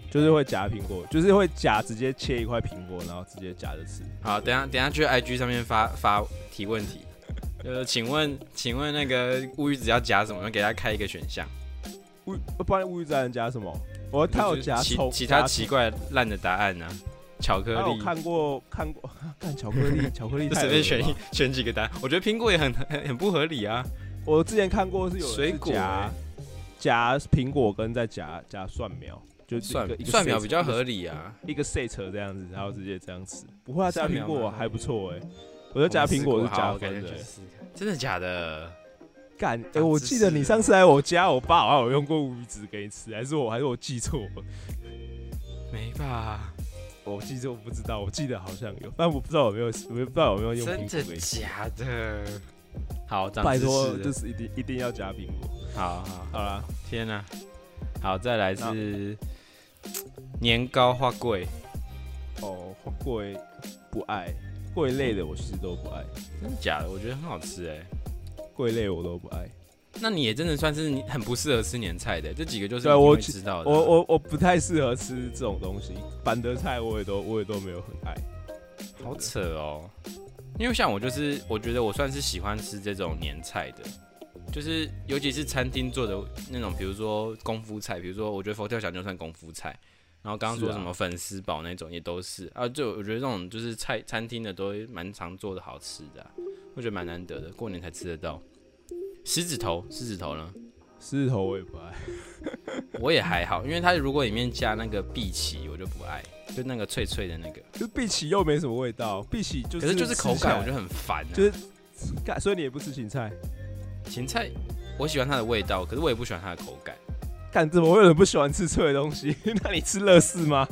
[SPEAKER 1] 就是会夹苹果，就是会夹直接切一块苹果，然后直接夹着吃。
[SPEAKER 3] 好，等一下等一下去 IG 上面发发提问题， 呃，请问请问那个乌鱼子要夹什么？我们给他开一个选项，
[SPEAKER 1] 乌呃不然乌鱼子还能夹什么？我他有
[SPEAKER 3] 就是
[SPEAKER 1] 夹
[SPEAKER 3] 其
[SPEAKER 1] 葱，
[SPEAKER 3] 其他
[SPEAKER 1] 夹
[SPEAKER 3] 奇怪烂的答案呢、巧克
[SPEAKER 1] 啊我
[SPEAKER 3] 力，
[SPEAKER 1] 看过看过， 看巧克力，巧克力
[SPEAKER 3] 就
[SPEAKER 1] 太
[SPEAKER 3] 随便
[SPEAKER 1] 恶了
[SPEAKER 3] 选
[SPEAKER 1] 吧
[SPEAKER 3] 一。选几个答案。我觉得苹果也很 很很不合理啊。
[SPEAKER 1] 我之前看过是有人是
[SPEAKER 3] 水果
[SPEAKER 1] 夹
[SPEAKER 3] 欸
[SPEAKER 1] 夹苹果跟再夹夹蒜苗，就是一
[SPEAKER 3] 蒜
[SPEAKER 1] 个一个
[SPEAKER 3] 蒜苗
[SPEAKER 1] set-
[SPEAKER 3] 比较合理啊。
[SPEAKER 1] 一个 set 这样子，然后直接这样吃。不会啊，夹
[SPEAKER 3] 蒜
[SPEAKER 1] 苹
[SPEAKER 3] 苗
[SPEAKER 1] 果
[SPEAKER 3] 吗
[SPEAKER 1] 还不错哎，我觉得夹苹果是加
[SPEAKER 3] 好
[SPEAKER 1] 分的
[SPEAKER 3] 我改天去
[SPEAKER 1] 欸。
[SPEAKER 3] 试试看真的假的？
[SPEAKER 1] 干，哎，
[SPEAKER 3] 长
[SPEAKER 1] 我
[SPEAKER 3] 知
[SPEAKER 1] 记得
[SPEAKER 3] 识
[SPEAKER 1] 你
[SPEAKER 3] 了
[SPEAKER 1] 上次来我家，我爸好像有用过无鱼子给你吃，还是我还是我记错了？
[SPEAKER 3] 没吧？
[SPEAKER 1] 我记错不知道，我记得好像有，但我不知道有没有，我也不知道有没有用苹果
[SPEAKER 3] 真的
[SPEAKER 1] 给你吃。
[SPEAKER 3] 假的？好，长
[SPEAKER 1] 拜
[SPEAKER 3] 知识
[SPEAKER 1] 托，
[SPEAKER 3] 了
[SPEAKER 1] 就是一定一定要夹苹果。
[SPEAKER 3] 好好好，
[SPEAKER 1] 好啦，
[SPEAKER 3] 天哪、好，再来是年糕花桂，
[SPEAKER 1] 哦，贵不爱，贵类的我其实都不爱，
[SPEAKER 3] 真的假的？我觉得很好吃哎、
[SPEAKER 1] 贵类我都不爱。
[SPEAKER 3] 那你也真的算是你很不适合吃年菜的、这几个就是
[SPEAKER 1] 对
[SPEAKER 3] 你一定
[SPEAKER 1] 我
[SPEAKER 3] 会
[SPEAKER 1] 其
[SPEAKER 3] 知道的啊、
[SPEAKER 1] 我我我不太适合吃这种东西，板德菜我也都我也都没有很爱。
[SPEAKER 3] 好扯哦，因为像我就是，我觉得我算是喜欢吃这种年菜的，就是尤其是餐厅做的那种，比如说功夫菜，比如说我觉得佛跳墙就算功夫菜，然后刚刚说
[SPEAKER 1] 是啊
[SPEAKER 3] 什么粉丝煲那种也都是啊，就我觉得这种就是菜餐厅的都会蛮常做的好吃的啊、我觉得蛮难得的，过年才吃得到。狮子头，狮子头呢？
[SPEAKER 1] 狮子头我也不爱。
[SPEAKER 3] 我也还好，因为它如果里面加那个碧琪，我就不爱，就那个脆脆的那个，
[SPEAKER 1] 就碧琪又没什么味道，碧琪就
[SPEAKER 3] 可是就是口感我觉
[SPEAKER 1] 得
[SPEAKER 3] 得很烦、啊。
[SPEAKER 1] 就是，干所以你也不吃芹菜。
[SPEAKER 3] 芹菜，我喜欢它的味道，可是我也不喜欢它的口感。
[SPEAKER 1] 干怎么会有人不喜欢吃脆的东西？ 那你吃乐事吗？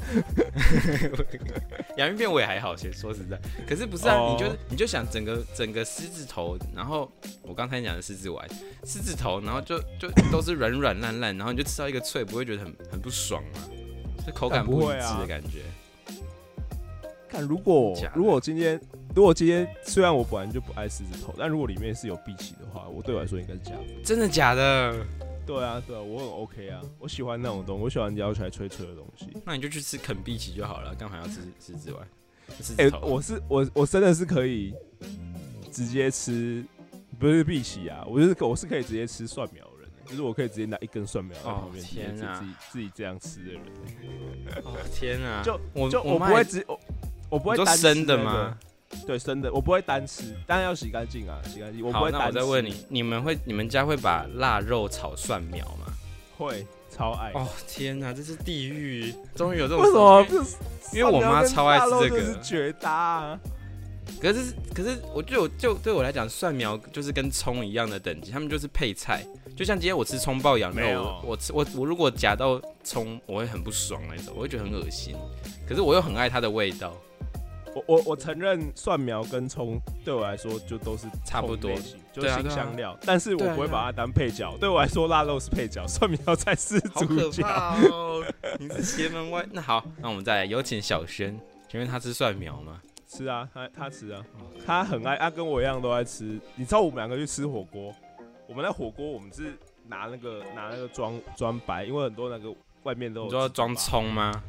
[SPEAKER 3] 洋芋片我也还好些，说实在，可是不是啊？
[SPEAKER 1] 哦
[SPEAKER 3] 你就你就想整个整个狮子头，然后我刚才讲的狮子丸，狮子头，然后就就都是软软烂烂，然后你就吃到一个脆，不会觉得很很不爽吗？这口感
[SPEAKER 1] 但不
[SPEAKER 3] 不
[SPEAKER 1] 会
[SPEAKER 3] 一致
[SPEAKER 1] 啊
[SPEAKER 3] 的感觉。
[SPEAKER 1] 看，如果
[SPEAKER 3] 假的
[SPEAKER 1] 如果今天，如果今天虽然我本来就不爱狮子头，但如果里面是有碧琪的话，我对我来说应该是加分。
[SPEAKER 3] 真的假的？
[SPEAKER 1] 对啊，对啊，我很 OK 啊，我喜欢那种东西，我喜欢咬起来脆脆的东西。
[SPEAKER 3] 那你就去吃肯碧奇就好了，干嘛要吃狮子丸？狮
[SPEAKER 1] 哎、
[SPEAKER 3] 子头、
[SPEAKER 1] 我是我我真的是可以直接吃，不是碧琪啊，我就是我是可以直接吃蒜苗的人，欸就是我可以直接拿一根蒜苗在
[SPEAKER 3] 哦
[SPEAKER 1] 旁边、直接
[SPEAKER 3] 天
[SPEAKER 1] 自
[SPEAKER 3] 啊
[SPEAKER 1] 己自己这样吃的人。
[SPEAKER 3] 哦天啊！
[SPEAKER 1] 就
[SPEAKER 3] 我
[SPEAKER 1] 就我不
[SPEAKER 3] 我妈
[SPEAKER 1] 会
[SPEAKER 3] 也
[SPEAKER 1] 只我我不
[SPEAKER 3] 你
[SPEAKER 1] 会
[SPEAKER 3] 说
[SPEAKER 1] 单吃
[SPEAKER 3] 生的
[SPEAKER 1] 那个
[SPEAKER 3] 吗？？
[SPEAKER 1] 对，生的我不会单吃，当然要洗干净啊，洗干净。我不
[SPEAKER 3] 好，
[SPEAKER 1] 会
[SPEAKER 3] 那
[SPEAKER 1] 单
[SPEAKER 3] 我
[SPEAKER 1] 吃。
[SPEAKER 3] 再问你，你们会你们家会把腊肉炒蒜苗吗？
[SPEAKER 1] 会超爱。
[SPEAKER 3] 哦天哪，这是地狱！终于有这种
[SPEAKER 1] 为什么
[SPEAKER 3] 事
[SPEAKER 1] 不是？
[SPEAKER 3] 因为我妈超爱吃这个
[SPEAKER 1] 蒜苗跟腊肉真的是绝搭啊！
[SPEAKER 3] 可是可是，我就就对我来讲，蒜苗就是跟葱一样的等级，他们就是配菜。就像今天我吃葱爆羊
[SPEAKER 1] 没有
[SPEAKER 3] 肉，我我吃我我如果夹到葱，我会很不爽那种，我会觉得很恶心。可是我又很爱它的味道，
[SPEAKER 1] 我我我承认蒜苗跟葱对我来说就都是
[SPEAKER 3] 差不
[SPEAKER 1] 同
[SPEAKER 3] 多
[SPEAKER 1] 类型就
[SPEAKER 3] 对啊
[SPEAKER 1] 新
[SPEAKER 3] 对啊
[SPEAKER 1] 香料，但是我
[SPEAKER 3] 对啊
[SPEAKER 1] 不会
[SPEAKER 3] 对啊
[SPEAKER 1] 把它当配角。对我来说，腊肉是配角，蒜苗才是
[SPEAKER 3] 好可
[SPEAKER 1] 主角。
[SPEAKER 3] 怕哦！你是邪门歪。那好，那我们再来有请小轩，请问他吃蒜苗吗？
[SPEAKER 1] 吃啊，他他吃啊，他很爱，他跟我一样都爱吃。你知道我们两个去吃火锅，我们那火锅我们是拿那个拿那个装装白，因为很多那个外面都有
[SPEAKER 3] 你说要装
[SPEAKER 1] 糍粑
[SPEAKER 3] 葱吗？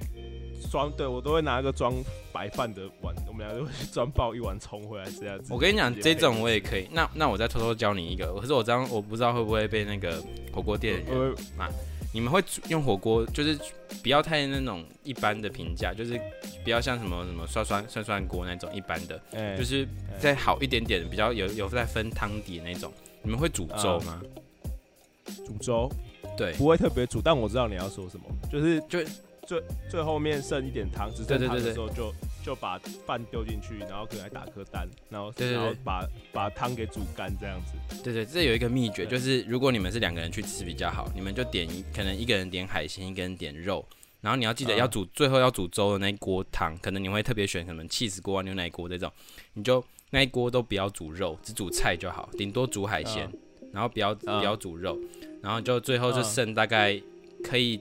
[SPEAKER 1] 装，对我都会拿一个装白饭的碗，我们俩就会去装爆一碗葱回来这样子。
[SPEAKER 3] 我跟你讲，
[SPEAKER 1] 直接
[SPEAKER 3] 这
[SPEAKER 1] 配
[SPEAKER 3] 种我也可以。那那我再偷偷教你一个，可是我这样我不知道会不会被那个火锅店的人
[SPEAKER 1] 呃，
[SPEAKER 3] 你们会煮用火锅，就是不要太那种一般的评价，就是不要像什么什么涮涮涮涮锅那种一般的，
[SPEAKER 1] 哎
[SPEAKER 3] 就是
[SPEAKER 1] 哎
[SPEAKER 3] 再好一点点的，比较有有在分汤底那种。你们会煮粥吗？
[SPEAKER 1] 煮粥
[SPEAKER 3] 对，
[SPEAKER 1] 不会特别煮，但我知道你要说什么，就是
[SPEAKER 3] 就
[SPEAKER 1] 最最后面剩一点汤，只剩
[SPEAKER 3] 对对
[SPEAKER 1] 汤
[SPEAKER 3] 对
[SPEAKER 1] 的
[SPEAKER 3] 对
[SPEAKER 1] 时候就就把饭丢进去，然后可能还打颗蛋，然后
[SPEAKER 3] 对对对
[SPEAKER 1] 然后把把汤给煮干这样子。
[SPEAKER 3] 对对，这有一个秘诀，
[SPEAKER 1] 对
[SPEAKER 3] 就是如果你们是两个人去吃比较好，你们就点一，可能一个人点海鲜，一个人点肉，然后你要记得
[SPEAKER 1] 啊
[SPEAKER 3] 要煮、最后要煮粥的那一锅汤，可能你会特别选什么 cheese 锅啊、牛奶锅这种，你就那一锅都不要煮肉，只煮菜就好，顶多煮海鲜，
[SPEAKER 1] 啊
[SPEAKER 3] 然后不要、
[SPEAKER 1] 啊
[SPEAKER 3] 不要煮肉，然后就最后就
[SPEAKER 1] 啊
[SPEAKER 3] 剩大概可以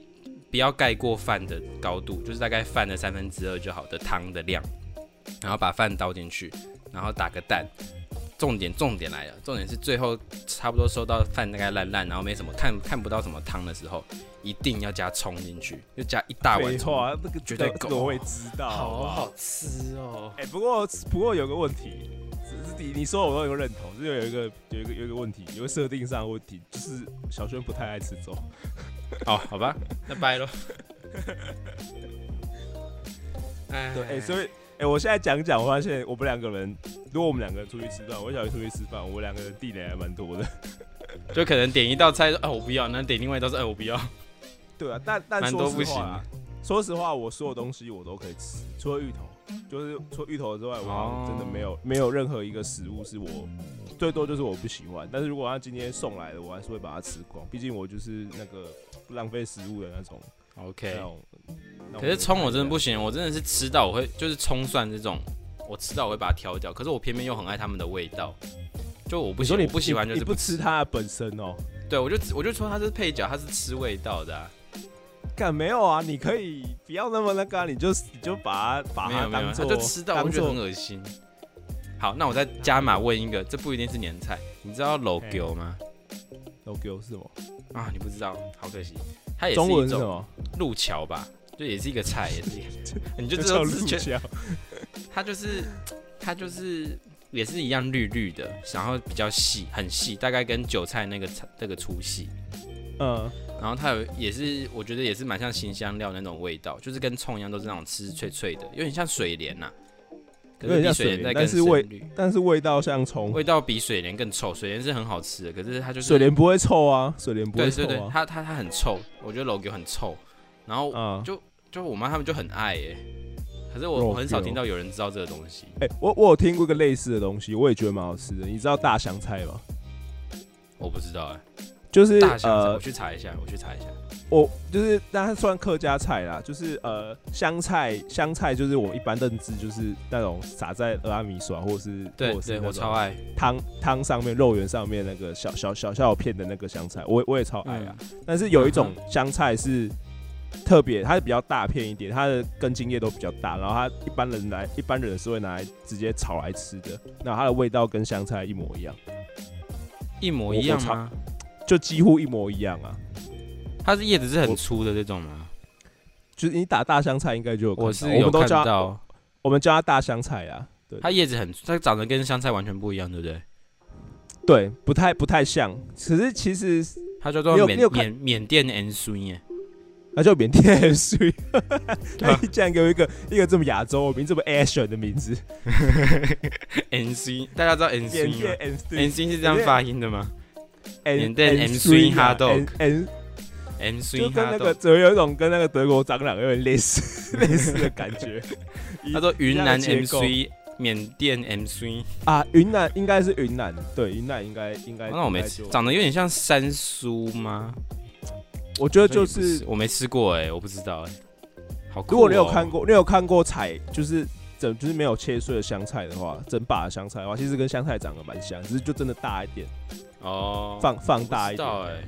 [SPEAKER 3] 不要盖过饭的高度，就是大概饭的三分之二就好的汤的量，然后把饭倒进去，然后打个蛋。重点重点来了，重点是最后差不多收到饭大概烂烂，然后没什么看看不到什么汤的时候，一定要加葱进去，就加一大碗
[SPEAKER 1] 废
[SPEAKER 3] 葱，
[SPEAKER 1] 话，那个
[SPEAKER 3] 绝对
[SPEAKER 1] 这
[SPEAKER 3] 够
[SPEAKER 1] 个我也知道，好不好？
[SPEAKER 3] 吃哦。
[SPEAKER 1] 哎，不过不过有个问题。只是你你说我都有个认同，就是有一个有一个有一个问题，有个设定上的问题，就是小轩不太爱吃粥。
[SPEAKER 3] 哦，好吧，那拜喽。 哎
[SPEAKER 1] 对，哎、所以，哎、我现在讲讲，我发现我们两个人，如果我们两个人出去吃饭，我跟小鱼出去吃饭，我们两个人地雷还蛮多的。
[SPEAKER 3] 就可能点一道菜，说，啊，我不要；那点另外一道菜，哎，我不要。
[SPEAKER 1] 对啊，但但
[SPEAKER 3] 蛮多
[SPEAKER 1] 说实
[SPEAKER 3] 不行
[SPEAKER 1] 话啊，说实话，我所有东西我都可以吃，除了芋头，就是除了芋头之外，我好像真的没有、
[SPEAKER 3] 哦
[SPEAKER 1] 没有任何一个食物是我最多就是我不喜欢。但是如果他今天送来的，我还是会把它吃光，毕竟我就是那个不浪费食物的那种。那
[SPEAKER 3] OK，
[SPEAKER 1] 种那种
[SPEAKER 3] 可是葱我真的不行，我真的是吃到我会，就是葱蒜这种，我吃到我会把它挑掉。可是我偏偏又很爱它们的味道，就我不
[SPEAKER 1] 你
[SPEAKER 3] 喜
[SPEAKER 1] 说你
[SPEAKER 3] 我不喜欢
[SPEAKER 1] 你
[SPEAKER 3] 就是
[SPEAKER 1] 你不吃它的本身哦、
[SPEAKER 3] 对我就我就说它是配角，它是吃味道的啊、
[SPEAKER 1] 干没有啊？你可以不要那么那个、啊，你就你就把它把
[SPEAKER 3] 没有
[SPEAKER 1] 它
[SPEAKER 3] 没有，
[SPEAKER 1] 当
[SPEAKER 3] 他
[SPEAKER 1] 做
[SPEAKER 3] 就吃到我
[SPEAKER 1] 当
[SPEAKER 3] 觉得很
[SPEAKER 1] 做
[SPEAKER 3] 恶心。好，那我再加码问一个，这不一定是年菜，你知道楼
[SPEAKER 1] 嘿
[SPEAKER 3] 狗吗？
[SPEAKER 1] logo 是吗？
[SPEAKER 3] 啊，你不知道，好可惜。它也是
[SPEAKER 1] 中文
[SPEAKER 3] 一
[SPEAKER 1] 是什
[SPEAKER 3] 种
[SPEAKER 1] 么？
[SPEAKER 3] 路桥吧，就也是一个菜，也是 一个，你就知
[SPEAKER 1] 叫
[SPEAKER 3] 道
[SPEAKER 1] 鹿
[SPEAKER 3] 是全
[SPEAKER 1] 角。
[SPEAKER 3] 它就是它就是也是一样绿绿的，然后比较细，很细，大概跟韭菜那个菜那个粗细。
[SPEAKER 1] 嗯，
[SPEAKER 3] 然后它有也是，我觉得也是蛮像新香料那种味道，就是跟葱一样，都是那种吃脆脆的，有点像水莲呐、可
[SPEAKER 1] 有
[SPEAKER 3] 是
[SPEAKER 1] 点
[SPEAKER 3] 比
[SPEAKER 1] 像
[SPEAKER 3] 水
[SPEAKER 1] 水
[SPEAKER 3] 莲在
[SPEAKER 1] 莲
[SPEAKER 3] 更
[SPEAKER 1] 但是
[SPEAKER 3] 深
[SPEAKER 1] 味
[SPEAKER 3] 绿，
[SPEAKER 1] 但是味道像葱，
[SPEAKER 3] 味道比水莲更臭。水莲是很好吃的，可是它就是
[SPEAKER 1] 水莲不会臭啊，水莲不
[SPEAKER 3] 对
[SPEAKER 1] 会臭
[SPEAKER 3] 对对，
[SPEAKER 1] 啊，
[SPEAKER 3] 它它它很臭，我觉得老 o 很臭。然后
[SPEAKER 1] 啊，
[SPEAKER 3] 就就我妈他们就很爱耶、可是我
[SPEAKER 1] Rogue
[SPEAKER 3] 我很少听到有人知道这个东西。
[SPEAKER 1] 哎、我我有听过一个类似的东西，我也觉得蛮好吃的。你知道大香菜吗？
[SPEAKER 3] 我不知道哎、
[SPEAKER 1] 就是
[SPEAKER 3] 大香菜，
[SPEAKER 1] 呃
[SPEAKER 3] 我，去查一下，我去查一下。
[SPEAKER 1] 我就是它算客家菜啦，就是呃香菜，香菜就是我一般认知就是那种撒在拉米耍或是
[SPEAKER 3] 对
[SPEAKER 1] 或
[SPEAKER 3] 对，
[SPEAKER 1] 是
[SPEAKER 3] 我
[SPEAKER 1] 那
[SPEAKER 3] 超
[SPEAKER 1] 种
[SPEAKER 3] 爱。
[SPEAKER 1] 汤汤上面肉圆上面那个小小小小片的那个香菜，我我也超爱啊。
[SPEAKER 3] 嗯
[SPEAKER 1] 但是有一种香菜是特别，它是比较大片一点，它的根茎叶都比较大，然后它一般人来一般人是会拿来直接炒来吃的，那它的味道跟香菜一模一样，
[SPEAKER 3] 一模
[SPEAKER 1] 我
[SPEAKER 3] 一
[SPEAKER 1] 我
[SPEAKER 3] 样
[SPEAKER 1] 超
[SPEAKER 3] 吗？
[SPEAKER 1] 就几乎一模一样啊。
[SPEAKER 3] 它是叶子是很
[SPEAKER 1] 我
[SPEAKER 3] 粗的这种吗？
[SPEAKER 1] 就是你打大香菜应该就有看到，
[SPEAKER 3] 我是
[SPEAKER 1] 我
[SPEAKER 3] 有
[SPEAKER 1] 们都
[SPEAKER 3] 看
[SPEAKER 1] 叫它
[SPEAKER 3] 到，
[SPEAKER 1] 我们叫它大香菜啊，对
[SPEAKER 3] 它叶子很粗，它长得跟香菜完全不一样，对不对？
[SPEAKER 1] 对，不太不太像，只是其实
[SPEAKER 3] 它叫做
[SPEAKER 1] 你有
[SPEAKER 3] 缅
[SPEAKER 1] 你有看
[SPEAKER 3] 缅缅甸 N 苏耶，
[SPEAKER 1] 那啊就缅甸人水， 他竟然给我一个一个这么亚洲名这么 Asian 的名字，
[SPEAKER 3] N C，大家知道 N
[SPEAKER 1] 缅
[SPEAKER 3] C 吗
[SPEAKER 1] 甸 N
[SPEAKER 3] ？N C 是这样发音的吗缅甸
[SPEAKER 1] N
[SPEAKER 3] M3 hot dog
[SPEAKER 1] N
[SPEAKER 3] ？N C
[SPEAKER 1] 就跟
[SPEAKER 3] 哈
[SPEAKER 1] 那个
[SPEAKER 3] 豆，
[SPEAKER 1] 怎么有一种跟那个德国蟑螂有 点类似类似的感觉
[SPEAKER 3] 他说云南
[SPEAKER 1] 一样
[SPEAKER 3] M
[SPEAKER 1] 的结构
[SPEAKER 3] C，缅甸 M C，
[SPEAKER 1] 啊？云南应该是云南，对，云南应该应该。
[SPEAKER 3] 那我没
[SPEAKER 1] 应该
[SPEAKER 3] 吃
[SPEAKER 1] 就，
[SPEAKER 3] 长得有点像山苏吗？
[SPEAKER 1] 我觉得
[SPEAKER 3] 好像也
[SPEAKER 1] 就
[SPEAKER 3] 不是
[SPEAKER 1] 是，
[SPEAKER 3] 我没吃过哎，我不知道哎，好酷哦。
[SPEAKER 1] 如果你有看过，你有看过采就是整就是没有切碎的香菜的话，整把的香菜的话，其实跟香菜长得蛮像，只是就真的大一点，
[SPEAKER 3] 哦，
[SPEAKER 1] 放放大
[SPEAKER 3] 不
[SPEAKER 1] 一
[SPEAKER 3] 知
[SPEAKER 1] 点。
[SPEAKER 3] 道哎，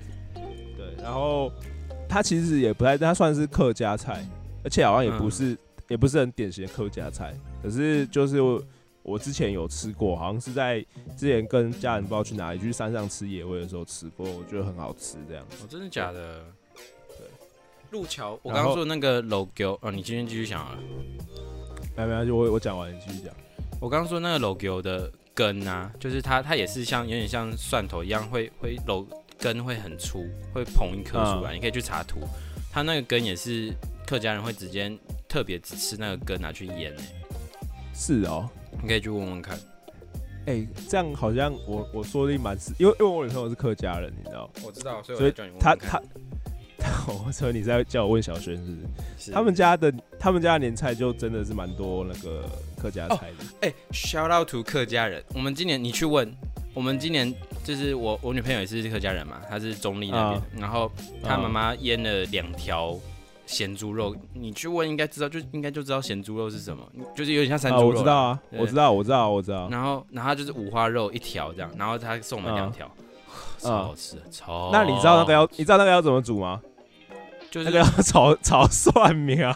[SPEAKER 1] 对，然后它其实也不太，它算是客家菜，而且好像也不是、也不是很典型的客家菜，可是就是我我之前有吃过，好像是在之前跟家人不知道去哪里去山上吃野味的时候吃过，我觉得很好吃这样子。
[SPEAKER 3] 哦，真的假的？
[SPEAKER 1] 对，
[SPEAKER 3] 路桥，我
[SPEAKER 1] 然
[SPEAKER 3] 刚
[SPEAKER 1] 后
[SPEAKER 3] 刚说那个 logo，哦，你今天继续想好了。
[SPEAKER 1] 没哎有没有，就我我讲完你继续讲。
[SPEAKER 3] 我刚刚说那个 logo 的根啊，就是它，它也是像有点像蒜头一样，会会搂根会很粗，会捧一颗出来。你可以去查图，它那个根也是客家人会直接特别只吃那个根拿去腌、欸、
[SPEAKER 1] 是哦，
[SPEAKER 3] 你可以去问问看。
[SPEAKER 1] 哎、这样好像我我说的蛮是，因为因为我女朋友是客家人，你知 道，
[SPEAKER 3] 我知道，所
[SPEAKER 1] 以我才
[SPEAKER 3] 叫你问
[SPEAKER 1] 她她。我说你在叫我问小轩是不是？他们家
[SPEAKER 3] 家
[SPEAKER 1] 的他们家的年菜就真的是蛮多那个客家菜的。
[SPEAKER 3] 哎、s h o u t out to 客家人，我们今年你去问，我们今年就是我我女朋友也是客家人嘛，她是中立那边的，然后他
[SPEAKER 1] 嗯
[SPEAKER 3] 妈妈腌了两条咸猪肉，你去问应该知道，就应该就知道咸猪肉是什么，就是有点像山
[SPEAKER 1] 啊，
[SPEAKER 3] 猪肉、
[SPEAKER 1] 我知道。啊，
[SPEAKER 3] 对
[SPEAKER 1] 我知道，我知道，我知道。
[SPEAKER 3] 然后，然后它就是五花肉一条这样，然后他送我们两条， 超好吃的，
[SPEAKER 1] 嗯
[SPEAKER 3] 超。
[SPEAKER 1] 那你知道那个要，你知道那个要怎么煮吗？
[SPEAKER 3] 哦就
[SPEAKER 1] 那个
[SPEAKER 3] 是
[SPEAKER 1] 要炒炒蒜啊苗，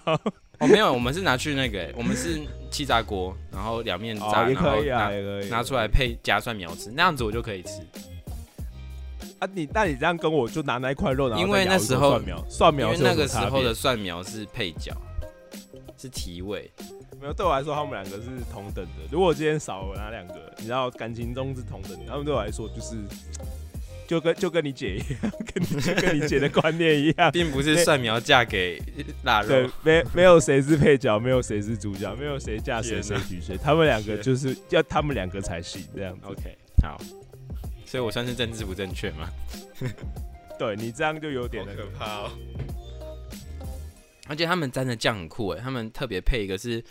[SPEAKER 3] 哦，没有，我们是拿去那个、 欸我们是气炸锅，然后两面炸，
[SPEAKER 1] 哦也
[SPEAKER 3] 然后
[SPEAKER 1] 可以啊，
[SPEAKER 3] 拿
[SPEAKER 1] 也可以
[SPEAKER 3] 拿出来配加蒜苗吃，那样子我就可以吃。
[SPEAKER 1] 啊。你那你这样跟我就拿那一块肉，然后
[SPEAKER 3] 因为
[SPEAKER 1] 再咬一口
[SPEAKER 3] 那时候
[SPEAKER 1] 蒜苗，蒜
[SPEAKER 3] 因
[SPEAKER 1] 苗
[SPEAKER 3] 为
[SPEAKER 1] 是有
[SPEAKER 3] 那
[SPEAKER 1] 什么
[SPEAKER 3] 个时
[SPEAKER 1] 差
[SPEAKER 3] 候
[SPEAKER 1] 别
[SPEAKER 3] 的蒜苗是配角，是提味。。
[SPEAKER 1] 没有对我来说，他们两个是同等的。如果今天少了哪两个，你知道感情中是同等的，他们对我来说就是就跟就跟你姐一样，跟你 就跟你姐的观念一样
[SPEAKER 3] 并不是蒜苗嫁给腊
[SPEAKER 1] 对
[SPEAKER 3] 肉，，
[SPEAKER 1] 没没有谁是配角，没有谁是主角，没有谁嫁谁
[SPEAKER 3] 天
[SPEAKER 1] 谁
[SPEAKER 3] 哪
[SPEAKER 1] 娶谁，他们两个
[SPEAKER 3] 天
[SPEAKER 1] 就是要他们两个才行这样子。
[SPEAKER 3] OK，好，所以我算是政治不正确吗？
[SPEAKER 1] 对你这样就有点那个。
[SPEAKER 3] 怕哦！而且他们沾的酱很酷哎，他们特别配一个是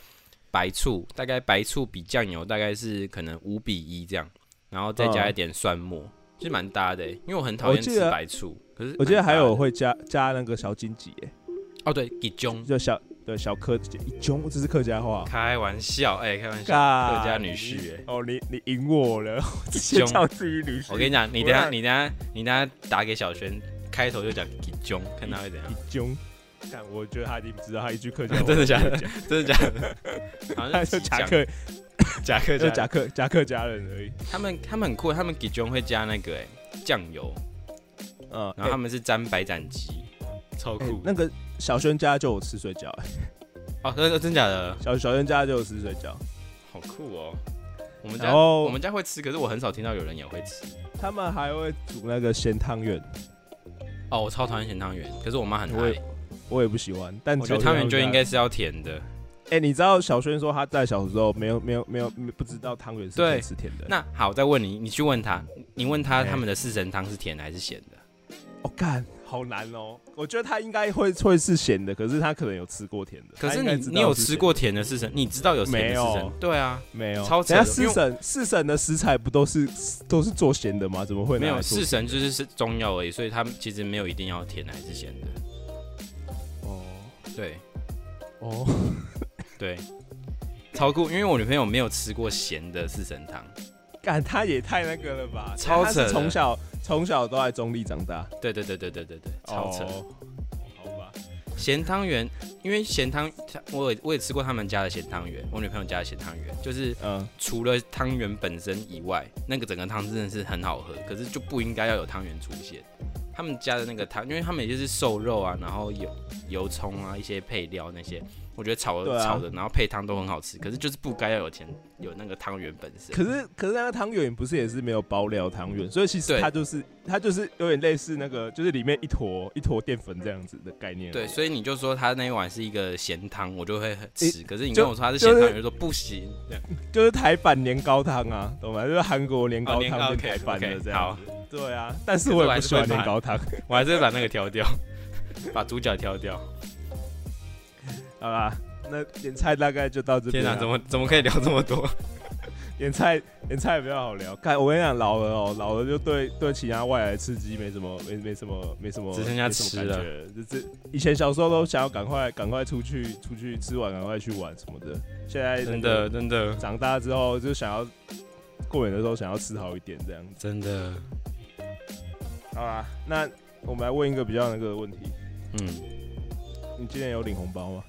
[SPEAKER 3] 白醋，大概白醋比酱油大概是可能五比一这样，然后再加一点蒜末，其实蛮搭的欸。因为我很讨厌
[SPEAKER 1] 我记
[SPEAKER 3] 吃
[SPEAKER 1] 得
[SPEAKER 3] 白醋，可是
[SPEAKER 1] 我记得
[SPEAKER 3] 蛮搭
[SPEAKER 1] 还有
[SPEAKER 3] 的
[SPEAKER 1] 会加加那个小荆棘，哎，
[SPEAKER 3] 哦，对，给中，
[SPEAKER 1] 就小对小客一中，这是客家话。
[SPEAKER 3] 开玩笑哎，开玩笑，
[SPEAKER 1] 客
[SPEAKER 3] 客家女婿哎。
[SPEAKER 1] 哦，你你赢我了，我直
[SPEAKER 3] 一
[SPEAKER 1] 接
[SPEAKER 3] 中
[SPEAKER 1] 叫自己女婿。
[SPEAKER 3] 我跟你
[SPEAKER 1] 你
[SPEAKER 3] 讲，你等
[SPEAKER 1] 我
[SPEAKER 3] 下，
[SPEAKER 1] 让
[SPEAKER 3] 你等下，你等下打给小轩，开头就讲给中，看他会怎样。
[SPEAKER 1] 一中，但我觉得他已经知道他一句客家话
[SPEAKER 3] 真的假的
[SPEAKER 1] 不会讲？
[SPEAKER 3] 真的假的？ 好
[SPEAKER 1] 他
[SPEAKER 3] 像
[SPEAKER 1] 就是夹克，
[SPEAKER 3] 夹克
[SPEAKER 1] 就
[SPEAKER 3] 夹
[SPEAKER 1] 夹克夹克家人而已。
[SPEAKER 3] 他们他们很酷，他们给中会加那个哎、酱油，
[SPEAKER 1] 嗯，
[SPEAKER 3] 然后他们是沾白斩鸡，超
[SPEAKER 1] 哎哎
[SPEAKER 3] 酷。
[SPEAKER 1] 那个小轩家就有吃水饺，哎
[SPEAKER 3] 哦，那个真假的，
[SPEAKER 1] 小小轩家就有吃水饺。
[SPEAKER 3] 好酷哦。我们
[SPEAKER 1] 然
[SPEAKER 3] 家
[SPEAKER 1] 后
[SPEAKER 3] 我们家会吃，可是我很少听到有人也会吃。
[SPEAKER 1] 他们还会煮那个咸汤圆，
[SPEAKER 3] 哦，我超讨厌咸汤圆，可是我妈很
[SPEAKER 1] 我
[SPEAKER 3] 爱
[SPEAKER 1] 也，我也不喜欢，但
[SPEAKER 3] 我觉得
[SPEAKER 1] 小轩
[SPEAKER 3] 汤圆就
[SPEAKER 1] 家
[SPEAKER 3] 应该是要甜的。
[SPEAKER 1] 哎、你知道小轩说他在小时候没有没有没有没有不知道汤圆是可以
[SPEAKER 3] 对
[SPEAKER 1] 吃甜的。
[SPEAKER 3] 那好，再问你，你去问他，你问他
[SPEAKER 1] 哎
[SPEAKER 3] 他们的四神汤是甜的还是咸的？
[SPEAKER 1] 我哦干、好难哦。我觉得他应该会会是咸的，可是他可能有吃过甜的。
[SPEAKER 3] 可
[SPEAKER 1] 他
[SPEAKER 3] 是
[SPEAKER 1] 应该
[SPEAKER 3] 你
[SPEAKER 1] 知道
[SPEAKER 3] 你有
[SPEAKER 1] 是
[SPEAKER 3] 吃
[SPEAKER 1] 咸的
[SPEAKER 3] 过甜的四神？你知道有甜的四
[SPEAKER 1] 没
[SPEAKER 3] 神
[SPEAKER 1] 有？
[SPEAKER 3] 对啊，
[SPEAKER 1] 没有？
[SPEAKER 3] 超扯
[SPEAKER 1] 等
[SPEAKER 3] 的
[SPEAKER 1] 下四省四省的食材不都是都是做咸的吗？怎么会拿
[SPEAKER 3] 没
[SPEAKER 1] 来
[SPEAKER 3] 有
[SPEAKER 1] 做
[SPEAKER 3] 四神就是是中药而已，所以他们其实没有一定要甜的还是咸的。
[SPEAKER 1] 哦
[SPEAKER 3] 对
[SPEAKER 1] 哦，
[SPEAKER 3] 对，超酷，因为我女朋友没有吃过咸的四神汤。
[SPEAKER 1] 干他也太那个了吧？
[SPEAKER 3] 超扯的
[SPEAKER 1] 他是从小从小都在中立长大，
[SPEAKER 3] 对对对对对对对，超扯。
[SPEAKER 1] 哦好吧，
[SPEAKER 3] 咸汤圆，因为咸汤，我也我也吃过他们家的咸汤圆，我女朋友家的咸汤圆，就是
[SPEAKER 1] 嗯，
[SPEAKER 3] 除了汤圆本身以外，那个整个汤真的是很好喝，可是就不应该要有汤圆出现。他们家的那个汤，因为他们也就是瘦肉啊，然后有油葱啊，一些配料那些，我觉得炒
[SPEAKER 1] 对
[SPEAKER 3] 的、
[SPEAKER 1] 啊
[SPEAKER 3] 炒的，然后配汤都很好吃，可是就是不该要有钱有那个汤圆本身。
[SPEAKER 1] 可是可是那个汤圆不是也是没有包料汤圆，所以其实
[SPEAKER 3] 对
[SPEAKER 1] 它就是它就是有点类似那个，就是里面一坨一坨淀粉这样子的概念。啊
[SPEAKER 3] 对，所以你就说他那一碗是一个咸汤，我就会很吃。可是你
[SPEAKER 1] 就
[SPEAKER 3] 跟我说他是
[SPEAKER 1] 就
[SPEAKER 3] 咸汤，
[SPEAKER 1] 是
[SPEAKER 3] 你就说不行。这样
[SPEAKER 1] 就是台版年糕汤啊，懂吗？就是韩国年糕
[SPEAKER 3] 哦年
[SPEAKER 1] 汤
[SPEAKER 3] 糕
[SPEAKER 1] 变台版的
[SPEAKER 3] OK，OK，
[SPEAKER 1] 这样子。对啊，但是我也不喜欢年糕汤。
[SPEAKER 3] 我还是会把那个挑掉， 把主角挑掉。
[SPEAKER 1] 好啦，那点菜大概就到这边啊啦。
[SPEAKER 3] 天哪，怎么怎么可以聊这么 多？
[SPEAKER 1] 点菜点菜也比较好聊。看我跟你讲，老了哦、老了就对对其他外来刺激没什么没没什么没什么，
[SPEAKER 3] 只剩下
[SPEAKER 1] 没什么
[SPEAKER 3] 吃了
[SPEAKER 1] 感觉了。这这以前小时候都想要赶快赶快出去出去吃完，赶快去玩什么的。现在那
[SPEAKER 3] 真
[SPEAKER 1] 个
[SPEAKER 3] 的真的
[SPEAKER 1] 长大之后就想要过年的时候想要吃好一点这样子。
[SPEAKER 3] 真的，
[SPEAKER 1] 好
[SPEAKER 3] 啊
[SPEAKER 1] 啦，那我们来问一个比较那个的问题：
[SPEAKER 3] 嗯。
[SPEAKER 1] 你今年有领红包吗？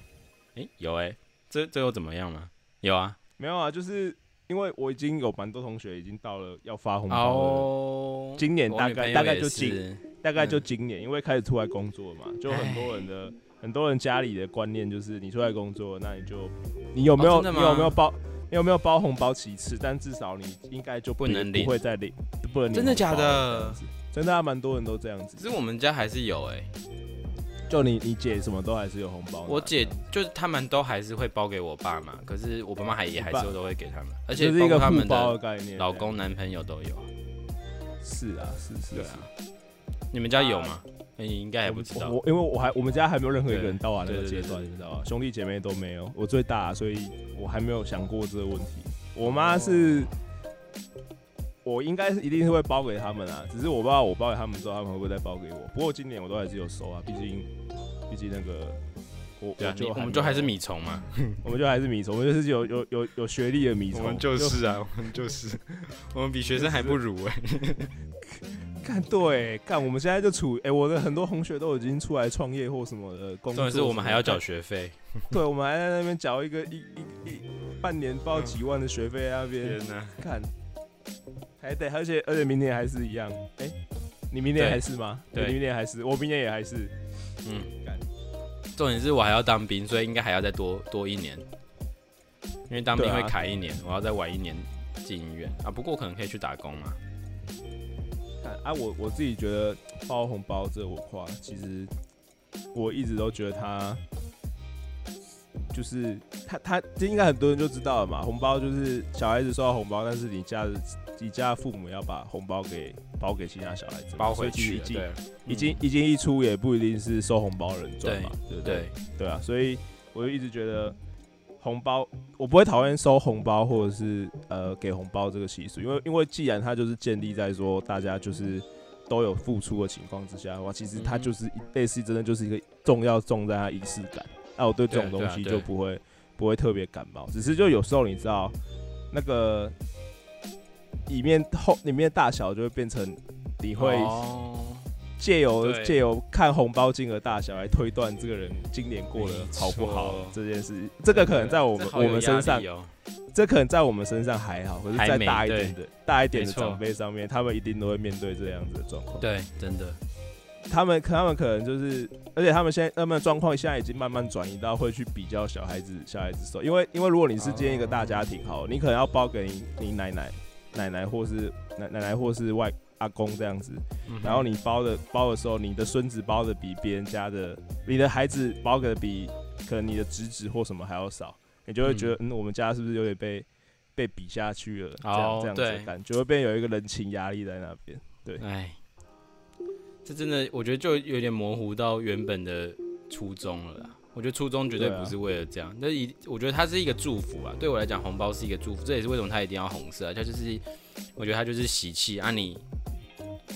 [SPEAKER 3] 哎、有哎、这这又怎么样了？有啊，
[SPEAKER 1] 没有啊，就是因为我已经有蛮多同学已经到了要发红包了。
[SPEAKER 3] 哦
[SPEAKER 1] 今年大概大概就进
[SPEAKER 3] 是，
[SPEAKER 1] 大概就今
[SPEAKER 3] 嗯
[SPEAKER 1] 年，因为开始出来工作嘛，就很多人的很多人家里的观念就是你出来工作，那你就你有没有、
[SPEAKER 3] 哦真的
[SPEAKER 1] 你
[SPEAKER 3] 吗
[SPEAKER 1] 有没有包你有没有包红包其次，但至少你应该就
[SPEAKER 3] 不能领
[SPEAKER 1] 不会再领，不能领
[SPEAKER 3] 真的
[SPEAKER 1] 红包
[SPEAKER 3] 假的
[SPEAKER 1] 这样子？真的、啊，蛮多人都这样
[SPEAKER 3] 只是
[SPEAKER 1] 子。
[SPEAKER 3] 我们家还是有哎、
[SPEAKER 1] 就你你姐什么都还是有红包拿，啊
[SPEAKER 3] 我姐就是他们都还是会包给我爸嘛，可是我爸妈还也还
[SPEAKER 1] 爸
[SPEAKER 3] 是都会给他们，而
[SPEAKER 1] 而
[SPEAKER 3] 且
[SPEAKER 1] 是一
[SPEAKER 3] 包
[SPEAKER 1] 个
[SPEAKER 3] 括他
[SPEAKER 1] 互
[SPEAKER 3] 们
[SPEAKER 1] 包的
[SPEAKER 3] 的
[SPEAKER 1] 概念，
[SPEAKER 3] 老公、男朋友都有啊。
[SPEAKER 1] 是啊，是是
[SPEAKER 3] 对
[SPEAKER 1] 是
[SPEAKER 3] 啊，你们家有吗？那你应该还不知道
[SPEAKER 1] 我。我因为我还我们家还没有任何一个人到啊那
[SPEAKER 3] 对
[SPEAKER 1] 个阶段，
[SPEAKER 3] 对对对对
[SPEAKER 1] 你知道吗？兄弟姐妹都没有，我最大，啊所以我还没有想过这个问题。我妈是，我应该是一定是会包给他们啊，只是我不知道我包给他们之后，他们会不会再包给我。不过今年我都还是有收啊，毕竟毕竟那个我
[SPEAKER 3] 对啊，你
[SPEAKER 1] 就
[SPEAKER 3] 我
[SPEAKER 1] 没
[SPEAKER 3] 们
[SPEAKER 1] 有
[SPEAKER 3] 就还是米虫嘛，
[SPEAKER 1] 我们就还是米虫，我们就是有有有有学历的米虫，
[SPEAKER 3] 是 啊，我们就是，我们比学生还不如哎、
[SPEAKER 1] 干对干，我们现在就处哎、我的很多同学都已经出来创业或什么的工作什
[SPEAKER 3] 重
[SPEAKER 1] 么的，
[SPEAKER 3] 点是我们还要缴学费，
[SPEAKER 1] 对，我们还在那边缴一个一一一半年报几万的学费在那边
[SPEAKER 3] 天哪！
[SPEAKER 1] 看，还得，而且而且明年还是一样。哎、你明年
[SPEAKER 3] 对
[SPEAKER 1] 还是吗？
[SPEAKER 3] 对
[SPEAKER 1] 你明年还是，我明年也还是。
[SPEAKER 3] 重点是我还要当兵，所以应该还要再多多一年，因为当兵
[SPEAKER 1] 对啊
[SPEAKER 3] 会卡一年，我要再晚一年进医院啊。不过我可能可以去打工嘛。
[SPEAKER 1] 看啊，我我自己觉得包红包这文化，其实我一直都觉得它就是它它这应该很多人就知道了嘛。红包就是小孩子收到红包，但是你家的你家的父母要把红包给包给其他小孩子嘛，
[SPEAKER 3] 包
[SPEAKER 1] 所以
[SPEAKER 3] 回
[SPEAKER 1] 其实
[SPEAKER 3] 去
[SPEAKER 1] 已
[SPEAKER 3] 了，
[SPEAKER 1] 经
[SPEAKER 3] 对嗯
[SPEAKER 1] 一经一经一出也不一定是收红包的人赚嘛，对不对？
[SPEAKER 3] 对，
[SPEAKER 1] 对啊，所以我就一直觉得红包，我不会讨厌收红包或者是呃给红包这个习俗，因为因为既然它就是建立在说大家就是都有付出的情况之下的话，其实它
[SPEAKER 3] 嗯哼
[SPEAKER 1] 就是一类似真的就是一个重要重在它仪式感。那我对这种
[SPEAKER 3] 对啊
[SPEAKER 1] 东
[SPEAKER 3] 对啊
[SPEAKER 1] 西
[SPEAKER 3] 对
[SPEAKER 1] 就不会不会特别感冒，只是就有时候你知道那个里面后里面大小就会变成你会
[SPEAKER 3] 哦
[SPEAKER 1] 借由
[SPEAKER 3] 对
[SPEAKER 1] 借由看红包金额大小来推断这个人今年过得好不好
[SPEAKER 3] 没错
[SPEAKER 1] 这件事，这个可能在我们
[SPEAKER 3] 这好
[SPEAKER 1] 我
[SPEAKER 3] 有
[SPEAKER 1] 们身
[SPEAKER 3] 压
[SPEAKER 1] 上
[SPEAKER 3] 力，哦
[SPEAKER 1] 这可能在我们身上还好，可是，在
[SPEAKER 3] 还没
[SPEAKER 1] 大一
[SPEAKER 3] 对
[SPEAKER 1] 点的大一点的
[SPEAKER 3] 没错
[SPEAKER 1] 长辈上面，他们一定都会面对这样子的状况。
[SPEAKER 3] 对，真的，
[SPEAKER 1] 他们可他们可能就是，而且他们现在他们的状况现在已经慢慢转移到会去比较小孩子小孩子收，因为因为如果你是今天一个大家庭好，你可能要包给你你奶奶奶奶或是奶奶奶或是外阿公这样子，然后
[SPEAKER 3] 你
[SPEAKER 1] 你包的包的时候，你的孙子包的比别人家的，你的孩子包的比可能你的侄子或什么还要少，你就会觉得，嗯，我们家是不是有点被被比下去了？这样
[SPEAKER 3] 哦
[SPEAKER 1] 这样子的
[SPEAKER 3] 对
[SPEAKER 1] 感觉会变有一个人情压力在那边。
[SPEAKER 3] 哎，这真的我觉得就有点模糊到原本的初衷了啦。我觉得初衷绝对
[SPEAKER 1] 对啊
[SPEAKER 3] 不是为了这样，那一我觉得它是一个祝福啊。对我来讲，红包是一个祝福，这也是为什么它一定要红色、啊。它就是，我觉得它就是喜气啊你。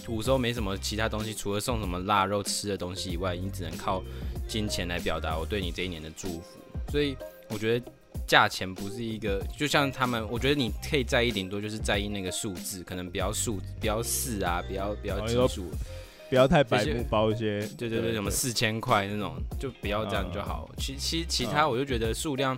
[SPEAKER 3] 古时候没什么其他东西，除了送什么腊肉吃的东西以外，你只能靠金钱来表达我对你这一年的祝福。所以我觉得价钱不是一个，就像他们，我觉得你可以在意，顶多就是在意那个数字，可能不要数，不要四啊，不要不要
[SPEAKER 1] 哦你
[SPEAKER 3] 基
[SPEAKER 1] 说
[SPEAKER 3] 数，
[SPEAKER 1] 不要太白
[SPEAKER 3] 这些
[SPEAKER 1] 目，包一些，
[SPEAKER 3] 对对对，什么四千块那种，就不要这样
[SPEAKER 1] 啊
[SPEAKER 3] 就好。其其实其他我就觉得数量，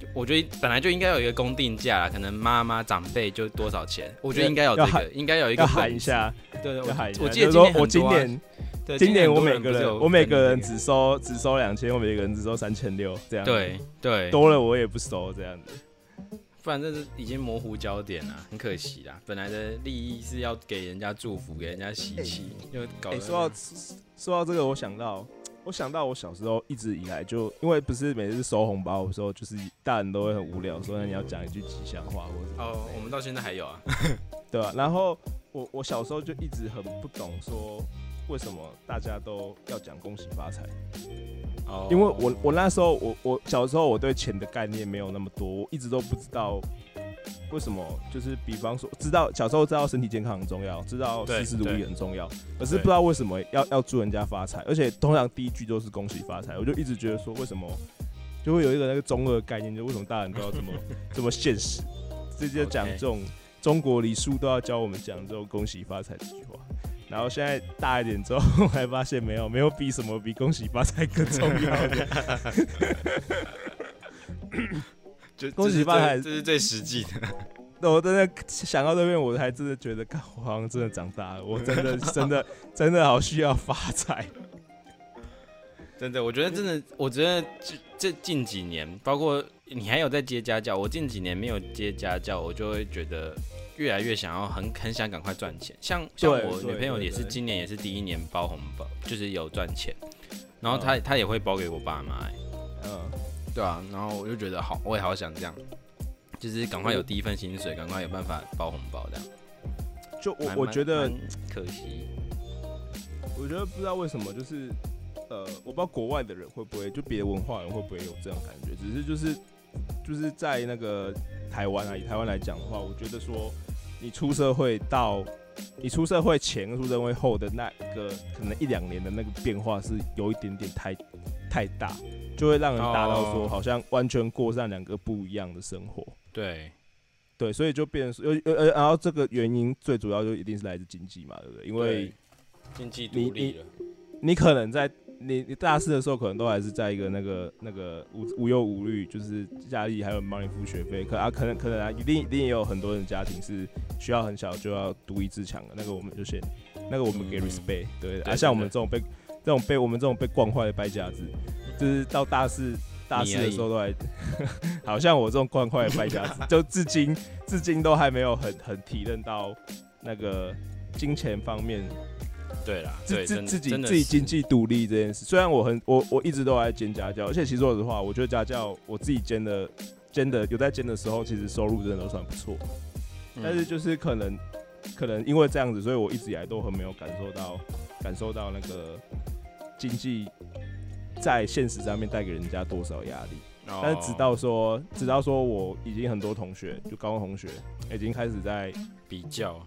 [SPEAKER 3] 就我觉得本来就应该有一个公定价啦，可能妈妈长辈就多少钱，我觉得应该有这
[SPEAKER 1] 要
[SPEAKER 3] 个，
[SPEAKER 1] 喊
[SPEAKER 3] 应该有一个
[SPEAKER 1] 要喊
[SPEAKER 3] 本
[SPEAKER 1] 一，下，
[SPEAKER 3] 对对，
[SPEAKER 1] 要喊一下。
[SPEAKER 3] 我我记得
[SPEAKER 1] 就是说
[SPEAKER 3] 很
[SPEAKER 1] 我今
[SPEAKER 3] 多啊
[SPEAKER 1] 年
[SPEAKER 3] 对
[SPEAKER 1] 今年
[SPEAKER 3] 很
[SPEAKER 1] 我
[SPEAKER 3] 多
[SPEAKER 1] 每个
[SPEAKER 3] 不是有
[SPEAKER 1] 人我每
[SPEAKER 3] 跟
[SPEAKER 1] 个
[SPEAKER 3] 那
[SPEAKER 1] 人只收只收两千，我每个人只收三千六，这样
[SPEAKER 3] 对对，
[SPEAKER 1] 多了我也不收这样子。
[SPEAKER 3] 不然这是已经模糊焦点了，很可惜啦。本来的利益是要给人家祝福，给人家喜气，又搞
[SPEAKER 1] 哎、
[SPEAKER 3] 得
[SPEAKER 1] 说到说到这个，我想到，我想到我小时候一直以来就，因为不是每次收红包的时候，就是大人都会很无聊，说那你要讲一句吉祥话或者什么
[SPEAKER 3] 哦，我们到现在还有啊，
[SPEAKER 1] 对吧、然后我我小时候就一直很不懂说。为什么大家都要讲恭喜发财？
[SPEAKER 3] 哦，
[SPEAKER 1] 因为我我那时候我我小时候我对钱的概念没有那么多，我一直都不知道为什么。就是比方说，知道小时候知道身体健康很重要，知道
[SPEAKER 3] 对
[SPEAKER 1] 事事如意
[SPEAKER 3] 对
[SPEAKER 1] 很重要，可是
[SPEAKER 3] 对
[SPEAKER 1] 不知道为什么要要祝人家发财，而且通常第一句都是恭喜发财，我就一直觉得说为什么就会有一个那个中二概念，就为什么大人都要这么这么现实，直接讲
[SPEAKER 3] OK
[SPEAKER 1] 这种中国礼数都要教我们讲这种恭喜发财这句话。然后现在大一点之后，我还发现没有没有比什么比恭喜发财更重要的。
[SPEAKER 3] 就
[SPEAKER 1] 恭喜
[SPEAKER 3] 这是
[SPEAKER 1] 发财
[SPEAKER 3] 最这是最实际的。
[SPEAKER 1] 那我真的想到这边，我还真的觉得，干，我好像真的长大了，我真的真的真的好需要发财。
[SPEAKER 3] 真的，我觉得真的，我觉得这这近几年，包括你还有在接家教，我近几年没有接家教，我就会觉得越来越想要很很想赶快赚钱。像像
[SPEAKER 1] 对
[SPEAKER 3] 我
[SPEAKER 1] 对
[SPEAKER 3] 女朋友
[SPEAKER 1] 对
[SPEAKER 3] 也是
[SPEAKER 1] 对
[SPEAKER 3] 今年也是第一年包红包，就是有赚钱，然后
[SPEAKER 1] 嗯
[SPEAKER 3] 她她也会包给我爸妈、欸
[SPEAKER 1] 嗯，
[SPEAKER 3] 对啊，然后我就觉得好，我也好想这样，就是赶快有第一份薪水，赶快有办法包红包这样。
[SPEAKER 1] 就我
[SPEAKER 3] 蛮
[SPEAKER 1] 我觉得，
[SPEAKER 3] 蛮蛮可惜，
[SPEAKER 1] 我觉得不知道为什么，就是呃，我不知道国外的人会不会，就别的文化人会不会有这种感觉，只是就是就是在那个台湾啊，以台湾来讲的话，我觉得说你出社会到你出社会前、出社会后的那个可能一两年的那个变化是有一点点太太大，就会让人达到说
[SPEAKER 3] 哦
[SPEAKER 1] 好像完全过上两个不一样的生活。
[SPEAKER 3] 对，
[SPEAKER 1] 对，所以就变成说呃呃，呃然后这个原因最主要就一定是来自经济嘛，对不对？因为
[SPEAKER 3] 经济
[SPEAKER 1] 你
[SPEAKER 3] 独立
[SPEAKER 1] 你
[SPEAKER 3] 了，
[SPEAKER 1] 你可能在你你大四的时候，可能都还是在一个那个那个无无忧无虑，就是家里还有人帮你付学费，可啊可能可能啊，一定一定也有很多人家庭是需要很小就要独立自强的，那个我们就先那个我们给
[SPEAKER 3] 嗯
[SPEAKER 1] respect，、对啊，
[SPEAKER 3] 对
[SPEAKER 1] 像我们
[SPEAKER 3] 对
[SPEAKER 1] 这种被这种被我们这种被惯坏的败家子，就是到大四大四
[SPEAKER 3] 你而
[SPEAKER 1] 的
[SPEAKER 3] 已
[SPEAKER 1] 时候都还， 好像我这种惯坏的败家子，就至今至今都还没有很很体认到那个金钱方面
[SPEAKER 3] 对啦，
[SPEAKER 1] 自自
[SPEAKER 3] 对，真的
[SPEAKER 1] 自己
[SPEAKER 3] 真的
[SPEAKER 1] 自己
[SPEAKER 3] 是
[SPEAKER 1] 经济独立这件事，虽然我很我我一直都还在兼家教，而且其实说实话，我觉得家教我自己兼的兼的有在兼的时候，其实收入真的都算不错，
[SPEAKER 3] 嗯
[SPEAKER 1] 但是就是可能可能因为这样子，所以我一直以来都很没有感受到感受到那个经济在现实上面带给人家多少压力。但是直
[SPEAKER 3] 哦
[SPEAKER 1] 到说直到说我已经很多同学，就高中同学已经开始在
[SPEAKER 3] 比较，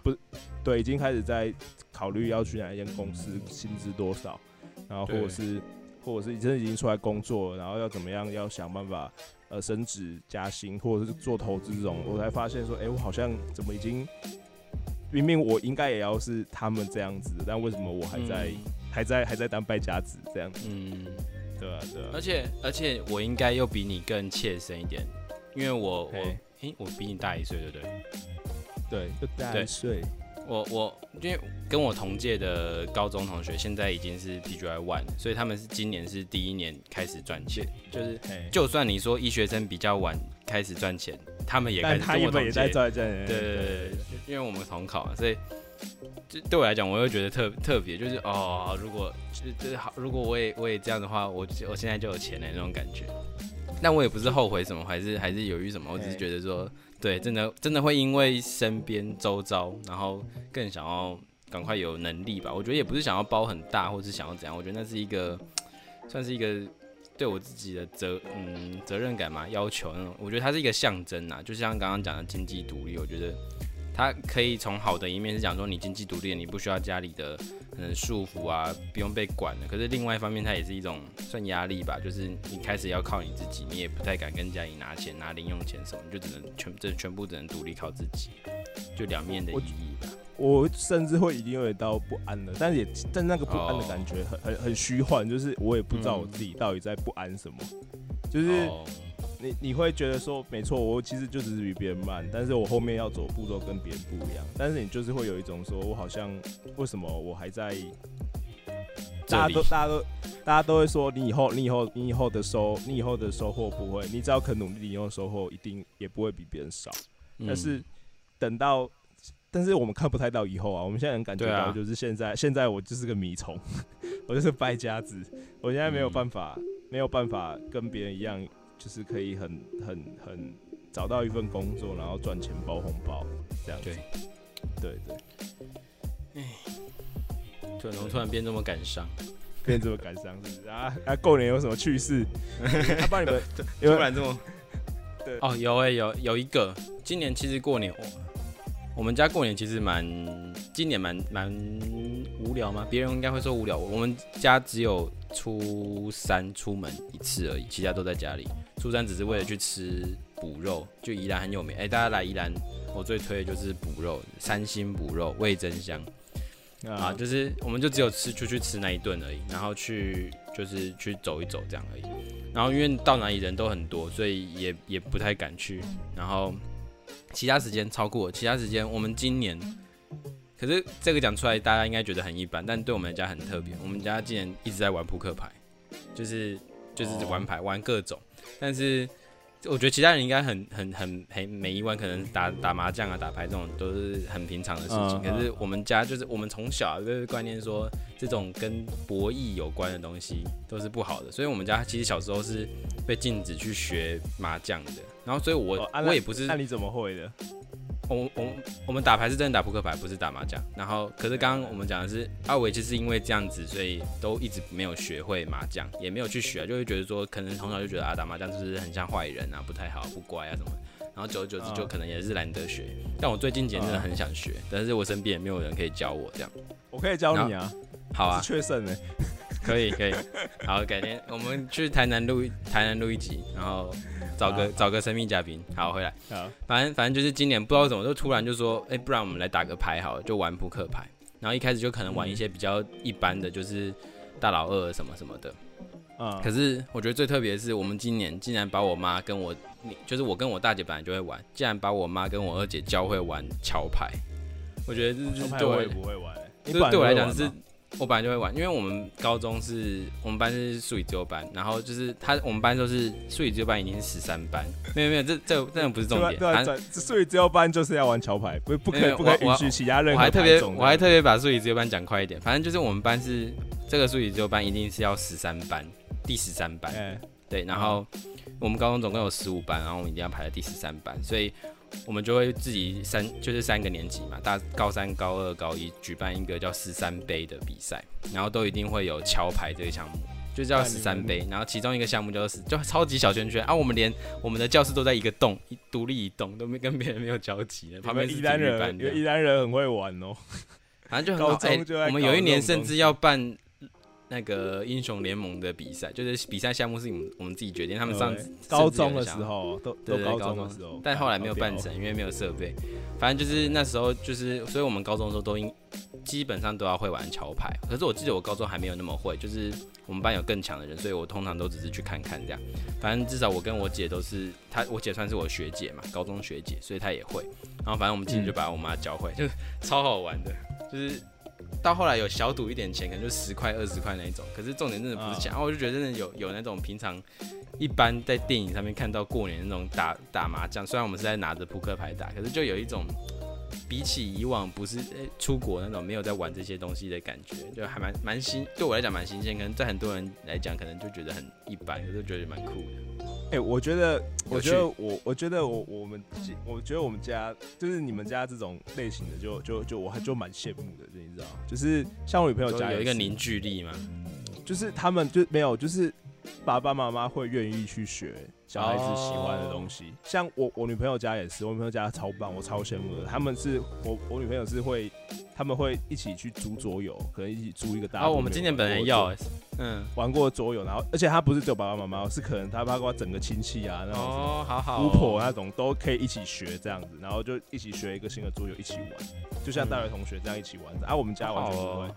[SPEAKER 1] 对，已经开始在考虑要去哪一间公司，薪资多少，然后或者
[SPEAKER 3] 嗯对
[SPEAKER 1] 是或者是真的已经出来工作了，然后要怎么样，要想办法呃升职加薪，或者是做投资这种，我才发现说，哎、我好像怎么已经明明我应该也要是他们这样子，但为什么我还在、还在还在当败家子这样子？
[SPEAKER 3] 嗯，嗯，
[SPEAKER 1] 对啊，对
[SPEAKER 3] 而
[SPEAKER 1] 啊，
[SPEAKER 3] 且而且我应该又比你更切身一点，因为我我
[SPEAKER 1] 嘿
[SPEAKER 3] 诶、我比你大一岁，对不对？
[SPEAKER 1] 对，就大
[SPEAKER 3] 对
[SPEAKER 1] 税，
[SPEAKER 3] 我我因为跟我同届的高中同学现在已经是 PGY One，所以他们是今年是第一年开始赚钱，就是
[SPEAKER 1] 嘿
[SPEAKER 3] 就算你说医学生比较晚开始赚钱，他们也开
[SPEAKER 1] 但
[SPEAKER 3] 始
[SPEAKER 1] 他
[SPEAKER 3] 跟
[SPEAKER 1] 一
[SPEAKER 3] 我
[SPEAKER 1] 本
[SPEAKER 3] 同
[SPEAKER 1] 也在
[SPEAKER 3] 届，
[SPEAKER 1] 赚钱，
[SPEAKER 3] 对对对对，因为我们同考嘛，所以这对我来讲，我会觉得特特别，就是哦，如果这这好，如果我也我也这样的话，我就我现在就有钱了那种感觉。但我也不是后悔什么，还是还是犹豫什么，我只是觉得说，对，真的真的会因为身边周遭，然后更想要赶快有能力吧。我觉得也不是想要包很大，或是想要怎样，我觉得那是一个算是一个对我自己的责嗯责任感嘛要求那种。我觉得它是一个象征啊，就像刚刚讲的经济独立，我觉得它可以从好的一面是讲说你经济独立了，你不需要家里的可能束缚啊，不用被管了。可是另外一方面，它也是一种算压力吧，就是你开始要靠你自己，你也不太敢跟家里拿钱、拿零用钱什么，你就只能全这全部只能独立靠自己，就两面的意
[SPEAKER 1] 我
[SPEAKER 3] 义吧。
[SPEAKER 1] 我甚至会一定会到不安的，但也但那个不安的感觉很、很很虚幻，就是我也不知道我自己到底在不安什么，就是
[SPEAKER 3] 哦
[SPEAKER 1] 你你会觉得说，没错，我其实就只是比别人慢，但是我后面要走的步骤跟别人不一样，但是你就是会有一种说我好像为什么我还在大家都大家都大家都会说你以后你以后你以后的收你以后的收获不会，你只要肯努力，你以后收获一定也不会比别人少。
[SPEAKER 3] 嗯
[SPEAKER 1] 但呃是等到，但是我们看不太到以后啊，我们现在能感觉
[SPEAKER 3] 对啊
[SPEAKER 1] 到就是现在，现在我就是个米虫， 我就是败家子，我现在没有
[SPEAKER 3] 嗯
[SPEAKER 1] 办法，没有办法跟别人一样，就是可以很很很找到一份工作，然后赚钱包红包这样子。对对
[SPEAKER 3] 突然怎么突然变这么感伤，
[SPEAKER 1] 变这么感伤是不是啊？啊，过年有什么趣 事？他、帮你们，因为
[SPEAKER 3] 这么
[SPEAKER 1] 对
[SPEAKER 3] 哦，有哎、有有一个，今年其实过年我我们家过年其实蛮今年蛮蛮无聊吗？别人应该会说无聊，我们家只有初三出门一次而已，其他都在家里。初三只是为了去吃补肉，就宜兰很有名，哎、大家来宜兰，我最推的就是补肉，三星补肉味增香。啊，
[SPEAKER 1] 啊，
[SPEAKER 3] 就是我们就只有吃出去吃那一顿而已，然后去就是去走一走这样而已。然后因为到哪里人都很多，所以也也不太敢去。然后其他时间超过，其他时间我们今年，可是这个讲出来大家应该觉得很一般，但对我们家很特别。我们家今年一直在玩扑克牌，就是就是玩牌、玩各种，但是。我觉得其他人应该很很很很没意外，可能打打麻将啊、打牌这种都是很平常的事情。
[SPEAKER 1] 嗯
[SPEAKER 3] 可是我们家就是我们从小就是观念说，这种跟博弈有关的东西都是不好的，所以我们家其实小时候是被禁止去学麻将的。然后，所以我、
[SPEAKER 1] 哦啊
[SPEAKER 3] 我也不是
[SPEAKER 1] 那你怎么会的？
[SPEAKER 3] 我我我们打牌是真的打扑克牌，不是打麻将。然后，可是刚刚我们讲的是，啊，我也就是因为这样子，所以都一直没有学会麻将，也没有去学，就会觉得说，可能从小就觉得啊，打麻将就是很像坏人啊，不太好，不乖啊什么。然后久而久之，就
[SPEAKER 1] 嗯
[SPEAKER 3] 可能也是懒得学。但我最近几年真的很想学，但是我身边也没有人可以教我这样。
[SPEAKER 1] 我可以教你啊，
[SPEAKER 3] 好啊
[SPEAKER 1] 是，确胜的、
[SPEAKER 3] 可以可以，好，改天我们去台南录一台南录一集，然后找个
[SPEAKER 1] 好
[SPEAKER 3] 找个神秘嘉宾，好回来。
[SPEAKER 1] 好，
[SPEAKER 3] 反正反正就是今年不知道怎么就突然就说，哎、不然我们来打个牌好了，就玩扑克牌。然后一开始就可能玩一些比较一般的，就是大老二什么什么的。
[SPEAKER 1] 啊、
[SPEAKER 3] 可是我觉得最特别的是，我们今年竟然把我妈跟我，就是我跟我大姐本来就会玩，竟然把我妈跟我二姐教会玩桥牌。我觉得这
[SPEAKER 1] 小
[SPEAKER 3] 是
[SPEAKER 1] 牌
[SPEAKER 3] 对
[SPEAKER 1] 我
[SPEAKER 3] 我
[SPEAKER 1] 也不会玩、欸，你
[SPEAKER 3] 就是对我来
[SPEAKER 1] 本
[SPEAKER 3] 讲
[SPEAKER 1] 会玩
[SPEAKER 3] 是
[SPEAKER 1] 吗，
[SPEAKER 3] 我本来就会玩，因为我们高中是我们班是数理自由班，然后就是他我们班都是数理自由班已经是十三班，没有没有，这这真的不是重
[SPEAKER 1] 对
[SPEAKER 3] 点，
[SPEAKER 1] 对
[SPEAKER 3] 反
[SPEAKER 1] 啊，
[SPEAKER 3] 正
[SPEAKER 1] 转所以只有班就是要玩桥牌，不不可
[SPEAKER 3] 没
[SPEAKER 1] 以
[SPEAKER 3] 有
[SPEAKER 1] 不可以
[SPEAKER 3] 我我
[SPEAKER 1] 允许其他任
[SPEAKER 3] 我
[SPEAKER 1] 何
[SPEAKER 3] 还特别
[SPEAKER 1] 牌种的
[SPEAKER 3] 我还特别把数理自由班讲快一点，反正就是我们班是这个数理自由班一定是要十三班，第十三班，
[SPEAKER 1] 哎
[SPEAKER 3] 对，然后我们高中总共有十五班，然后我们一定要排在第十三班，所以我们就会自己三就是三个年级嘛，大高三、高二、高一举办一个叫十三杯的比赛，然后都一定会有桥牌这个项目。就叫十三杯，然后其中一个项目就是就超级小圈圈啊！我们连我们的教室都在一个洞，一独立一栋，都没跟别人没有交集的。
[SPEAKER 1] 你
[SPEAKER 3] 旁
[SPEAKER 1] 们
[SPEAKER 3] 边是
[SPEAKER 1] 宜
[SPEAKER 3] 体
[SPEAKER 1] 兰
[SPEAKER 3] 育班
[SPEAKER 1] 人，
[SPEAKER 3] 这样，
[SPEAKER 1] 宜兰人很会玩哦。
[SPEAKER 3] 反正就很好。
[SPEAKER 1] 高中
[SPEAKER 3] 哎、
[SPEAKER 1] 就在
[SPEAKER 3] 我们
[SPEAKER 1] 搞
[SPEAKER 3] 有一年
[SPEAKER 1] 这种
[SPEAKER 3] 甚
[SPEAKER 1] 东
[SPEAKER 3] 至要办那个英雄联盟的比赛，就是比赛项目是我们我们自己决定。他们上
[SPEAKER 1] 对
[SPEAKER 3] 次
[SPEAKER 1] 高中的时，
[SPEAKER 3] 甚至有人想要
[SPEAKER 1] 候都都
[SPEAKER 3] 对对
[SPEAKER 1] 高
[SPEAKER 3] 高
[SPEAKER 1] 中
[SPEAKER 3] 中
[SPEAKER 1] 的时候，
[SPEAKER 3] 但后来没有办
[SPEAKER 1] 好屌哦
[SPEAKER 3] 成，因为没有设备。反正就是那时候就是，所以我们高中的时候都应基本上都要会玩桥牌。可是我记得我高中还没有那么会，就是我们班有更强的人，所以我通常都只是去看看这样。反正至少我跟我姐都是，她我姐算是我学姐嘛，高中学姐，所以她也会。然后反正我们今
[SPEAKER 1] 嗯
[SPEAKER 3] 天就把我妈教会，就是超好玩的，就是。到后来有小赌一点钱，可能就十块二十块那一种。可是重点真的不是钱，然后、我就觉得真的有有那种平常一般在电影上面看到过年那种打打麻将，虽然我们是在拿着扑克牌打，可是就有一种比起以往不是、呃出国那种没有在玩这些东西的感觉，就还蛮蛮新，对我来讲蛮新鲜，可能在很多人来讲可能就觉得很一般，可是我觉得蛮酷的。
[SPEAKER 1] 哎、我觉得，我
[SPEAKER 3] 趣
[SPEAKER 1] 觉得我，我觉得我，我们，我觉得我们家就是你们家这种类型的就，就就我还就蛮羡慕的，你知道，就是像我女朋友
[SPEAKER 3] 都
[SPEAKER 1] 家
[SPEAKER 3] 啊有一个
[SPEAKER 1] 也是
[SPEAKER 3] 凝聚力嘛，
[SPEAKER 1] 就是他们就没有，就是爸爸妈妈会愿意去学小孩子喜欢的东西。
[SPEAKER 3] 哦
[SPEAKER 1] 像我我女朋友家也是，我女朋友家超棒，我超羡慕的。他们是我我女朋友是会，他们会一起去租桌游，可能一起租一个大。
[SPEAKER 3] 啊，我们今年本来要、欸，嗯，
[SPEAKER 1] 玩过桌游，然后而且他不是只有爸爸妈妈，是可能他包括整个亲戚啊，那种什么
[SPEAKER 3] 哦，好好哦，
[SPEAKER 1] 姑婆啊那种都可以一起学这样子，然后就一起学一个新的桌游，一起玩，就像大学同学这样一起玩。啊，我们家
[SPEAKER 3] 好
[SPEAKER 1] 完
[SPEAKER 3] 好
[SPEAKER 1] 全不会
[SPEAKER 3] 哦。，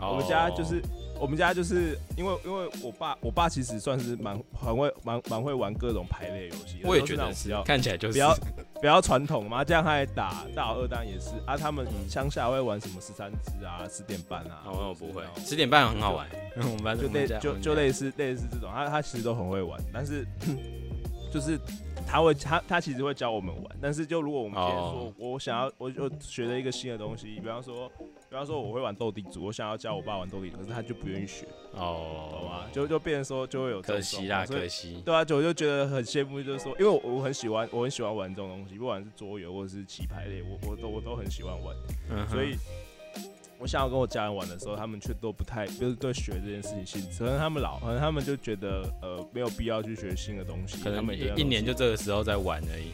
[SPEAKER 3] 哦
[SPEAKER 1] 我们家就是我们家就是因为因为我爸我爸其实算是蛮很会蛮蛮会玩各种排列游戏，
[SPEAKER 3] 我也
[SPEAKER 1] 都
[SPEAKER 3] 觉
[SPEAKER 1] 那
[SPEAKER 3] 得
[SPEAKER 1] 种比
[SPEAKER 3] 是
[SPEAKER 1] 较，
[SPEAKER 3] 看起来就是
[SPEAKER 1] 比较比较传统嘛，这样他还打大老二当然也是啊，他们乡下会玩什么十三只啊、十点半啊，
[SPEAKER 3] 好，我
[SPEAKER 1] 或者
[SPEAKER 3] 哦不
[SPEAKER 1] 是
[SPEAKER 3] 会
[SPEAKER 1] 那种，
[SPEAKER 3] 十点半很好玩。 我们班
[SPEAKER 1] 就类就就
[SPEAKER 3] 累，
[SPEAKER 1] 类似类似这种，他他其实都很会玩，但是 就是他会他他其实会教我们玩，但是就如果我们今天说
[SPEAKER 3] 哦
[SPEAKER 1] 我想要我就学了一个新的东西，比方说比方说我会玩斗地主，我想要教我爸玩斗地主，可是他就不愿意学，好
[SPEAKER 3] 哦
[SPEAKER 1] 吧，，就就变成说就会有这
[SPEAKER 3] 可
[SPEAKER 1] 种
[SPEAKER 3] 惜啦，
[SPEAKER 1] 状况所
[SPEAKER 3] 可
[SPEAKER 1] 以
[SPEAKER 3] 惜。
[SPEAKER 1] 对啊，就我就觉得很羡慕，就是说，因为我我很喜欢，我很喜欢玩这种东西，不管是桌游或者是棋牌类，我我都我都很喜欢玩，
[SPEAKER 3] 嗯哼
[SPEAKER 1] 所以我想要跟我家人玩的时候，他们却都不太，就是对学这件事情兴致，可能他们老，可能他们就觉得呃没有必要去学新的东西，
[SPEAKER 3] 可
[SPEAKER 1] 他
[SPEAKER 3] 能
[SPEAKER 1] 们
[SPEAKER 3] 一一年
[SPEAKER 1] 就
[SPEAKER 3] 就这个时候在玩而已。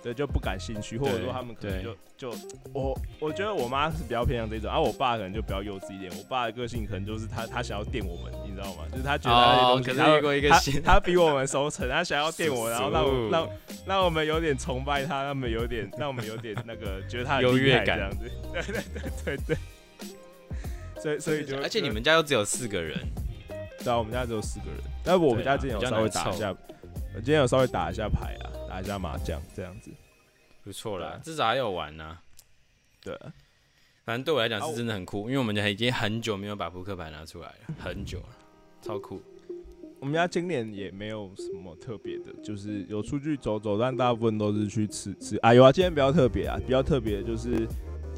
[SPEAKER 1] 对就不感兴趣，或者
[SPEAKER 3] 对
[SPEAKER 1] 说他们可能
[SPEAKER 3] 对
[SPEAKER 1] 就就我我觉得我妈是比较偏向这种，而、啊、我爸可能就比较幼稚一点，我爸的个性可能就是他他想要电我们，你知道吗？就是他觉得那些
[SPEAKER 3] 哦
[SPEAKER 1] 东，西
[SPEAKER 3] 可是
[SPEAKER 1] 他会
[SPEAKER 3] 遇过一个
[SPEAKER 1] 他
[SPEAKER 3] 新，
[SPEAKER 1] 他比我们熟成，他想要电哦我，然后让我
[SPEAKER 3] 是
[SPEAKER 1] 让让我们有点崇拜他，让我们有点 让我们有点那个觉得他很
[SPEAKER 3] 优
[SPEAKER 1] 厉害
[SPEAKER 3] 越感
[SPEAKER 1] 这样子。 对对对对对。所以所以就
[SPEAKER 3] 而且你们家又只有四个人，
[SPEAKER 1] 对啊，我们家只有四个人，但我们
[SPEAKER 3] 对啊
[SPEAKER 1] 家之前有
[SPEAKER 3] 比较
[SPEAKER 1] 稍微
[SPEAKER 3] 难
[SPEAKER 1] 打
[SPEAKER 3] 凑
[SPEAKER 1] 一下，我今天有稍微打一下牌啊，打一下麻将这样子。
[SPEAKER 3] 不错
[SPEAKER 1] 对
[SPEAKER 3] 啦
[SPEAKER 1] 啊，
[SPEAKER 3] 至少还有玩呐。
[SPEAKER 1] 对，啊
[SPEAKER 3] 反正对我来讲
[SPEAKER 1] 啊我
[SPEAKER 3] 是真的很酷，因为我们家已经很久没有把扑克牌拿出来了，很久了，超酷。
[SPEAKER 1] 我们家今年也没有什么特别的，就是有出去走走，但大部分都是去吃吃啊。有啊，今天比较特别啊，比较特别的就是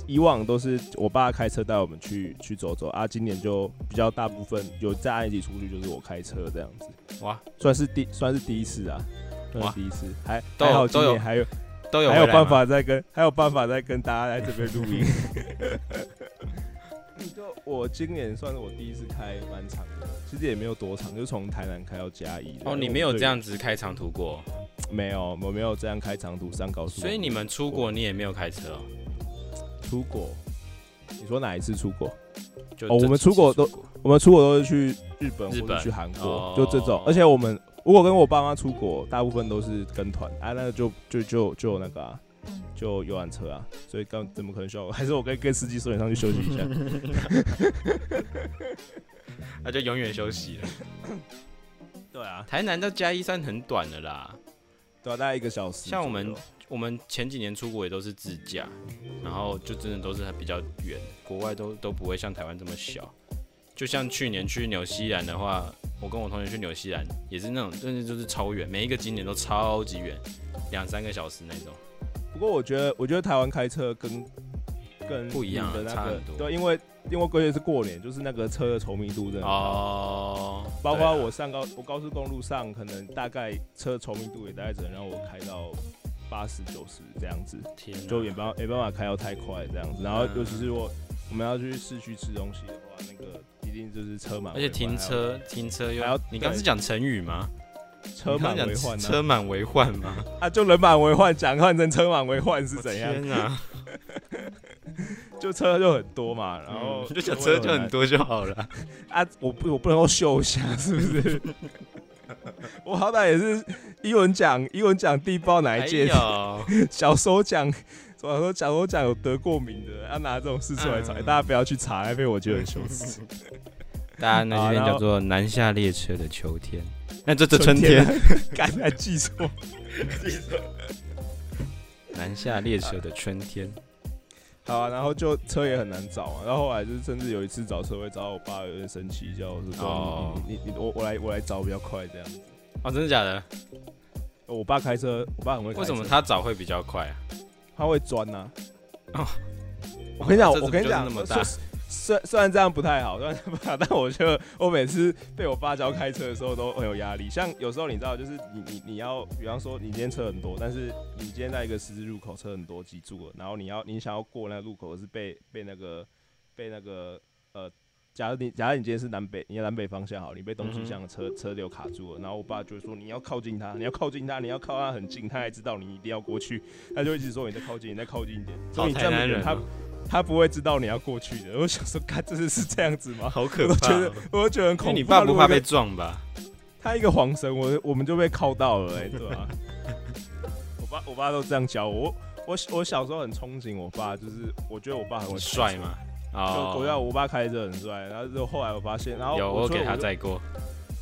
[SPEAKER 1] 以往都是我爸开车带我们去去走走啊，今年就比较大部分有大家一起出去，就是我开车这样子，
[SPEAKER 3] 哇，
[SPEAKER 1] 算是第算是第一次啊，算
[SPEAKER 3] 哇
[SPEAKER 1] 是第一次，还
[SPEAKER 3] 都
[SPEAKER 1] 还好
[SPEAKER 3] 有
[SPEAKER 1] 今
[SPEAKER 3] 都有
[SPEAKER 1] 年还有
[SPEAKER 3] 都有
[SPEAKER 1] 还
[SPEAKER 3] 回
[SPEAKER 1] 有
[SPEAKER 3] 来吗
[SPEAKER 1] 办？法再跟 还有办法再跟大家来这边录音。 就我今年算是我第一次开蛮长的，其实也没有多长，就从台南开到嘉义。
[SPEAKER 3] 哦，你没有这样子开长途过，
[SPEAKER 1] 没有，我没有这样开长途上高速公路。
[SPEAKER 3] 所以你们出国你也没有开车哦。
[SPEAKER 1] 出国，你说哪一次出国？
[SPEAKER 3] 就
[SPEAKER 1] 哦
[SPEAKER 3] 这
[SPEAKER 1] 我们
[SPEAKER 3] 几次
[SPEAKER 1] 出国都我们出国都是去日本
[SPEAKER 3] 日
[SPEAKER 1] 或
[SPEAKER 3] 本
[SPEAKER 1] 者去韩国，
[SPEAKER 3] 哦
[SPEAKER 1] 就这种。而且我们如果跟我爸妈出国，大部分都是跟团啊，那就就就就有那个啊，就游览车啊，所以刚怎么可能需要我？ 还是我跟跟司机说你上去休息一下。
[SPEAKER 3] 那就永远休息了。
[SPEAKER 1] 对啊，
[SPEAKER 3] 台南到嘉义算很短的啦，
[SPEAKER 1] 对啊，大概一个小时左右。
[SPEAKER 3] 像我们我们前几年出国也都是自驾，然后就真的都是比较远，国外都都不会像台湾这么小。就像去年去纽西兰的话，我跟我同学去纽西兰也是那种，真的就是超远，每一个景点都超级远，两三个小时那种。
[SPEAKER 1] 不过我觉得，我觉得台湾开车跟跟
[SPEAKER 3] 不一样啊
[SPEAKER 1] 你的
[SPEAKER 3] 差
[SPEAKER 1] 那个
[SPEAKER 3] 很多
[SPEAKER 1] 对，因为因为关键是过年，就是那个车的稠密度真的很高。
[SPEAKER 3] 哦，
[SPEAKER 1] 包
[SPEAKER 3] 对啊
[SPEAKER 1] 括我上高我高速公路上，可能大概车稠密度也大概只能让我开到八十九十这样子，
[SPEAKER 3] 天啊哪
[SPEAKER 1] 就也没办法没办法开到太快这样子。然后
[SPEAKER 3] 嗯
[SPEAKER 1] 尤其是我我们要去市区吃东西的话，那个一定就是车满
[SPEAKER 3] 而
[SPEAKER 1] 为患，
[SPEAKER 3] 且停车停车又
[SPEAKER 1] 还要
[SPEAKER 3] 你刚是讲成语吗？
[SPEAKER 1] 还有车满为患
[SPEAKER 3] 你刚刚讲
[SPEAKER 1] 啊
[SPEAKER 3] 车满为患吗？
[SPEAKER 1] 啊，就人满为患，讲换成车满为患 是怎样？
[SPEAKER 3] 天啊哪，
[SPEAKER 1] 就车就很多嘛，然后
[SPEAKER 3] 嗯就讲车就很
[SPEAKER 1] 多。
[SPEAKER 3] 多就好了。
[SPEAKER 1] 啊，我不我不能够秀一下，是不是？ 我好歹也是英文奖，英文奖地报哪一
[SPEAKER 3] 哎
[SPEAKER 1] 届、
[SPEAKER 3] 有。
[SPEAKER 1] 小说奖，小说小说奖有得过名的，要、拿这种事出来吵，
[SPEAKER 3] 嗯
[SPEAKER 1] 大家不要去查，那边我觉得很羞耻。
[SPEAKER 3] 大家那边
[SPEAKER 1] 好然后
[SPEAKER 3] 叫做南下列车的秋天，那这这春
[SPEAKER 1] 天
[SPEAKER 3] 天
[SPEAKER 1] 啊， 刚才记错。
[SPEAKER 3] 南下列车的春天，
[SPEAKER 1] 好啊，然后就车也很难找啊嘛，然后后来就是甚至有一次找车位找到我爸有点生气，叫我说：“
[SPEAKER 3] 哦
[SPEAKER 1] 你你你我我来我来找比较快这样子。
[SPEAKER 3] 哦，真的假的？”
[SPEAKER 1] 我爸开车，我爸很会开车，
[SPEAKER 3] 为什么他找会比较快啊？
[SPEAKER 1] 他会钻呐、
[SPEAKER 3] 哦
[SPEAKER 1] 我跟你讲，
[SPEAKER 3] 这
[SPEAKER 1] 我跟你
[SPEAKER 3] 就是
[SPEAKER 1] 讲，
[SPEAKER 3] 那么
[SPEAKER 1] 虽
[SPEAKER 3] 大
[SPEAKER 1] 虽虽然这样不太好，虽然这样不太好， 但我觉得我每次被我爸教开车的时候都很有压力。像有时候你知道，就是你你你要，比方说你今天车很多，但是你今天在一个十字路口车很多挤住了，然后你要你想要过那个路口是被被那个被那个呃，假如你假如你今天是南北，你在南北方向好，你被东西向的
[SPEAKER 3] 嗯
[SPEAKER 1] 车、车流卡住了，然后我爸就会说你要靠近他，你要靠近他，你要靠他很近，他还知道你一定要过去，他就一直说你再靠近，你再靠近一点，所以你
[SPEAKER 3] 好
[SPEAKER 1] 这
[SPEAKER 3] 台
[SPEAKER 1] 么
[SPEAKER 3] 南
[SPEAKER 1] 远
[SPEAKER 3] 人
[SPEAKER 1] 他
[SPEAKER 3] 哦。
[SPEAKER 1] 他不会知道你要过去的。我想说，看，这是是这样子吗？
[SPEAKER 3] 好
[SPEAKER 1] 我
[SPEAKER 3] 可
[SPEAKER 1] 都
[SPEAKER 3] 怕
[SPEAKER 1] 觉得
[SPEAKER 3] 哦！，
[SPEAKER 1] 我都觉得很
[SPEAKER 3] 因
[SPEAKER 1] 恐
[SPEAKER 3] 为
[SPEAKER 1] 怖。
[SPEAKER 3] 你爸不怕
[SPEAKER 1] 他
[SPEAKER 3] 被
[SPEAKER 1] 如果
[SPEAKER 3] 撞吧？
[SPEAKER 1] 他一个晃神，我我们就被铐到了、哎，对吧、我爸我爸都这样教我。我我小时候很憧憬我爸，就是我觉得我爸很会
[SPEAKER 3] 很
[SPEAKER 1] 开车
[SPEAKER 3] 帅？嘛？哦，
[SPEAKER 1] 就我要我爸开车很帅，然后就后来我发现，然后
[SPEAKER 3] 有
[SPEAKER 1] 我
[SPEAKER 3] 我
[SPEAKER 1] 所以
[SPEAKER 3] 给他
[SPEAKER 1] 就
[SPEAKER 3] 载过，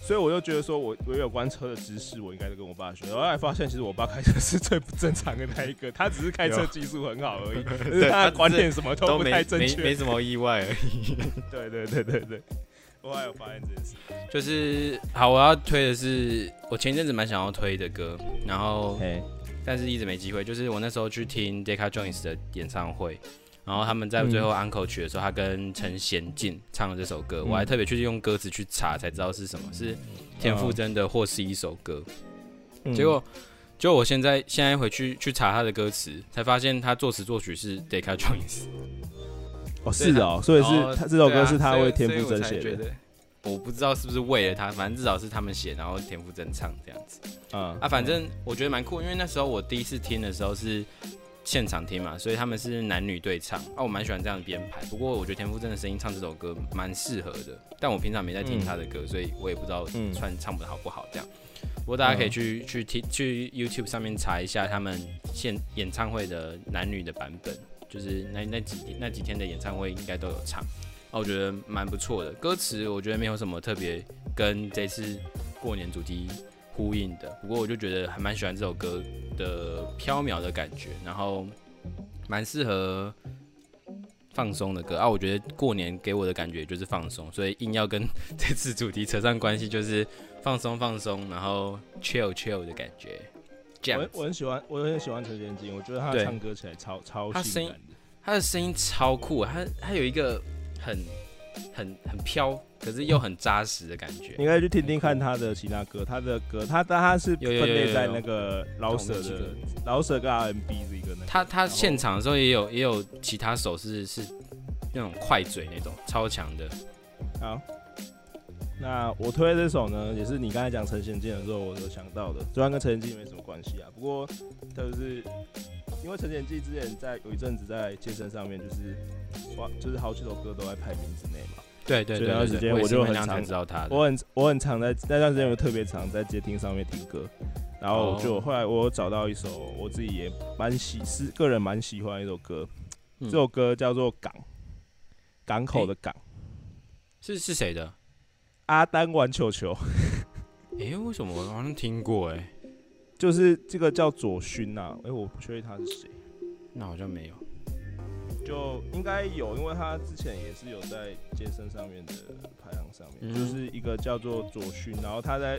[SPEAKER 1] 所以我就觉得说我，我有关车的知识，我应该跟我爸学。后来发现，其实我爸开车是最不正常的那一个，他只是开车
[SPEAKER 3] 有
[SPEAKER 1] 技术很好 而已，但是他的观念什么都
[SPEAKER 3] 都
[SPEAKER 1] 不
[SPEAKER 3] 没
[SPEAKER 1] 太正
[SPEAKER 3] 没
[SPEAKER 1] 确。
[SPEAKER 3] 没什么意外而已。
[SPEAKER 1] 对对对对对，我还有发现这件事。
[SPEAKER 3] 就是好，我要推的是我前一阵子蛮想要推的歌，然后
[SPEAKER 1] 嘿，
[SPEAKER 3] 但是一直没机会。就是我那时候去听 Decca Jones 的演唱会，然后他们在
[SPEAKER 1] 嗯
[SPEAKER 3] 最后 uncle 曲的时候，他跟陈贤进唱了这首歌，
[SPEAKER 1] 嗯
[SPEAKER 3] 我还特别去用歌词去查才知道是什么，是田馥甄的《或是一首歌》。
[SPEAKER 1] 哦嗯
[SPEAKER 3] 结果，就我现在现在回去去查他的歌词，才发现他作词作曲是 Decca Jones。 啊
[SPEAKER 1] 哦是哦，所以是他这首歌是他为田馥甄写的，
[SPEAKER 3] 的。我不知道是不是为了他，反正至少是他们写，然后田馥甄唱这样子
[SPEAKER 1] 嗯
[SPEAKER 3] 啊。反正我觉得蛮酷，因为那时候我第一次听的时候是现场听嘛，所以他们是男女对唱啊，我蛮喜欢这样的编排。不过我觉得田馥甄的声音唱这首歌蛮适合的，但我平常没在听他的歌，所以我也不知道
[SPEAKER 1] 嗯
[SPEAKER 3] 穿唱的好不好这样。不过大家可以
[SPEAKER 1] 嗯
[SPEAKER 3] 去、去听去 YouTube 上面查一下他们现演唱会的男女的版本，就是那那几那几天的演唱会应该都有唱。啊，我觉得蛮不错的。歌词我觉得没有什么特别跟这次过年主题呼应的，不过我就觉得还蛮喜欢这首歌的飘渺的感觉，然后蛮适合放松的歌啊。我觉得过年给我的感觉就是放松，所以硬要跟这次主题扯上关系，就是放松放松，然后 chill chill 的感觉。这样
[SPEAKER 1] 我
[SPEAKER 3] 子，
[SPEAKER 1] 我很喜欢，我很喜欢陈贤进，我觉得他
[SPEAKER 3] 对
[SPEAKER 1] 唱歌起来超超
[SPEAKER 3] 他
[SPEAKER 1] 性
[SPEAKER 3] 声
[SPEAKER 1] 感的，
[SPEAKER 3] 他的声音超酷啊，他他有一个很很很飘，可是又很扎实的感觉。
[SPEAKER 1] 你可以去听听看他的其他歌，他的歌他但他是
[SPEAKER 3] 有
[SPEAKER 1] 分
[SPEAKER 3] 有有有
[SPEAKER 1] 类在
[SPEAKER 3] 有
[SPEAKER 1] 那个老舍
[SPEAKER 3] 同一个
[SPEAKER 1] 的老舍跟 R&B 这一个那个，
[SPEAKER 3] 他他
[SPEAKER 1] 然后
[SPEAKER 3] 现场的时候也有也有其他手势是那种快嘴那种超强的，
[SPEAKER 1] 好，那我推的这首呢，也是你刚才讲陈贤进的时候，我有想到的。虽然跟陈贤进没什么关系啊，不过就是因为陈贤进之前在有一阵子在健身上面，就是哇，就是好几首歌都在排名之内嘛。
[SPEAKER 3] 对对
[SPEAKER 1] 所以
[SPEAKER 3] 对
[SPEAKER 1] 那段时
[SPEAKER 3] 对
[SPEAKER 1] 间
[SPEAKER 3] 对，也
[SPEAKER 1] 我
[SPEAKER 3] 是
[SPEAKER 1] 就
[SPEAKER 3] 那
[SPEAKER 1] 很
[SPEAKER 3] 样才
[SPEAKER 1] 常
[SPEAKER 3] 知道他的。
[SPEAKER 1] 我很我很常在那段时间，我特别常在街听上面听歌，然后
[SPEAKER 3] 哦
[SPEAKER 1] 就后来我有找到一首我自己也蛮喜是个人蛮喜欢的一首歌，
[SPEAKER 3] 嗯
[SPEAKER 1] 这首歌叫做《港》，港口的港，
[SPEAKER 3] 是是谁的？
[SPEAKER 1] 阿丹玩球球。
[SPEAKER 3] 诶、为什么我好像听过、诶，
[SPEAKER 1] 就是这个叫左勋呐、啊，哎、我不确定他是谁，
[SPEAKER 3] 那好像没有。
[SPEAKER 1] 就应该有，因为他之前也是有在健身上面的排行上面，
[SPEAKER 3] 嗯
[SPEAKER 1] 就是一个叫做左勋，然后他在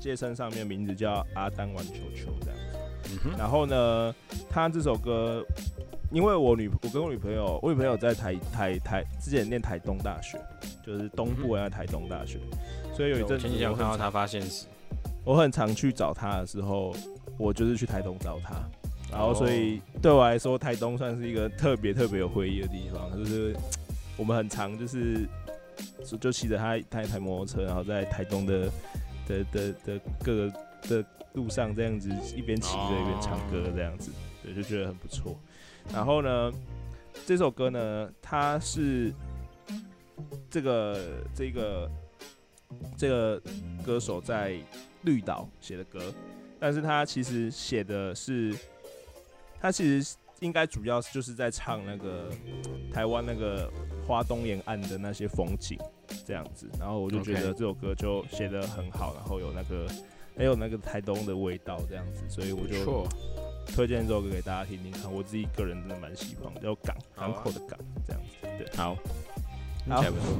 [SPEAKER 1] 健身上面名字叫阿丹玩球球这样子。
[SPEAKER 3] 嗯哼，
[SPEAKER 1] 然后呢，他这首歌，因为我女我跟我女朋友，我女朋友在台台台之前念台东大学，就是东部人在台东大学，所以有一
[SPEAKER 3] 我
[SPEAKER 1] 阵子
[SPEAKER 3] 前几天嗯有
[SPEAKER 1] 我
[SPEAKER 3] 看到
[SPEAKER 1] 很
[SPEAKER 3] 他发现时，
[SPEAKER 1] 我很常去找他的时候，我就是去台东找他，然后所以对我来说，台东算是一个特别特别有回忆的地方，就是我们很常就是就就骑着他他一台摩托车，然后在台东的的的的各个的路上这样子一边骑着一边唱歌这样子，对，就觉得很不错。然后呢，这首歌呢，它是这个这个这个歌手在绿岛写的歌，但是他其实写的是，他其实应该主要就是在唱那个台湾那个花东沿岸的那些风景这样子。然后我就觉得
[SPEAKER 3] OK
[SPEAKER 1] 这首歌就写的很好，然后有那个还有那个台东的味道这样子，所以我就
[SPEAKER 3] 错，
[SPEAKER 1] 推荐这首歌给大家听听看，我自己个人真的蛮喜欢，叫《港
[SPEAKER 3] 好啊
[SPEAKER 1] 港口的港》这样子，
[SPEAKER 3] 好，听
[SPEAKER 1] 好
[SPEAKER 3] 起来不错。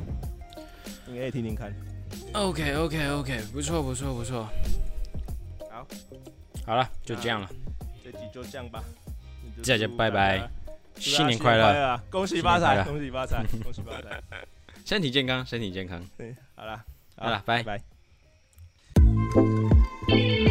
[SPEAKER 1] 你可以听听看。
[SPEAKER 3] OK OK OK，不错不错不错。
[SPEAKER 1] 好，
[SPEAKER 3] 好了，就这样了。
[SPEAKER 1] 这集就这样吧，那就
[SPEAKER 3] 再见
[SPEAKER 1] 祝
[SPEAKER 3] 拜拜
[SPEAKER 1] 大家
[SPEAKER 3] 新年快乐，
[SPEAKER 1] 乐，啊恭喜发财，恭喜发财，恭喜发 财。
[SPEAKER 3] 身体健康，身体健康。
[SPEAKER 1] 对，好啦，
[SPEAKER 3] 好啦拜
[SPEAKER 1] 拜。
[SPEAKER 2] 拜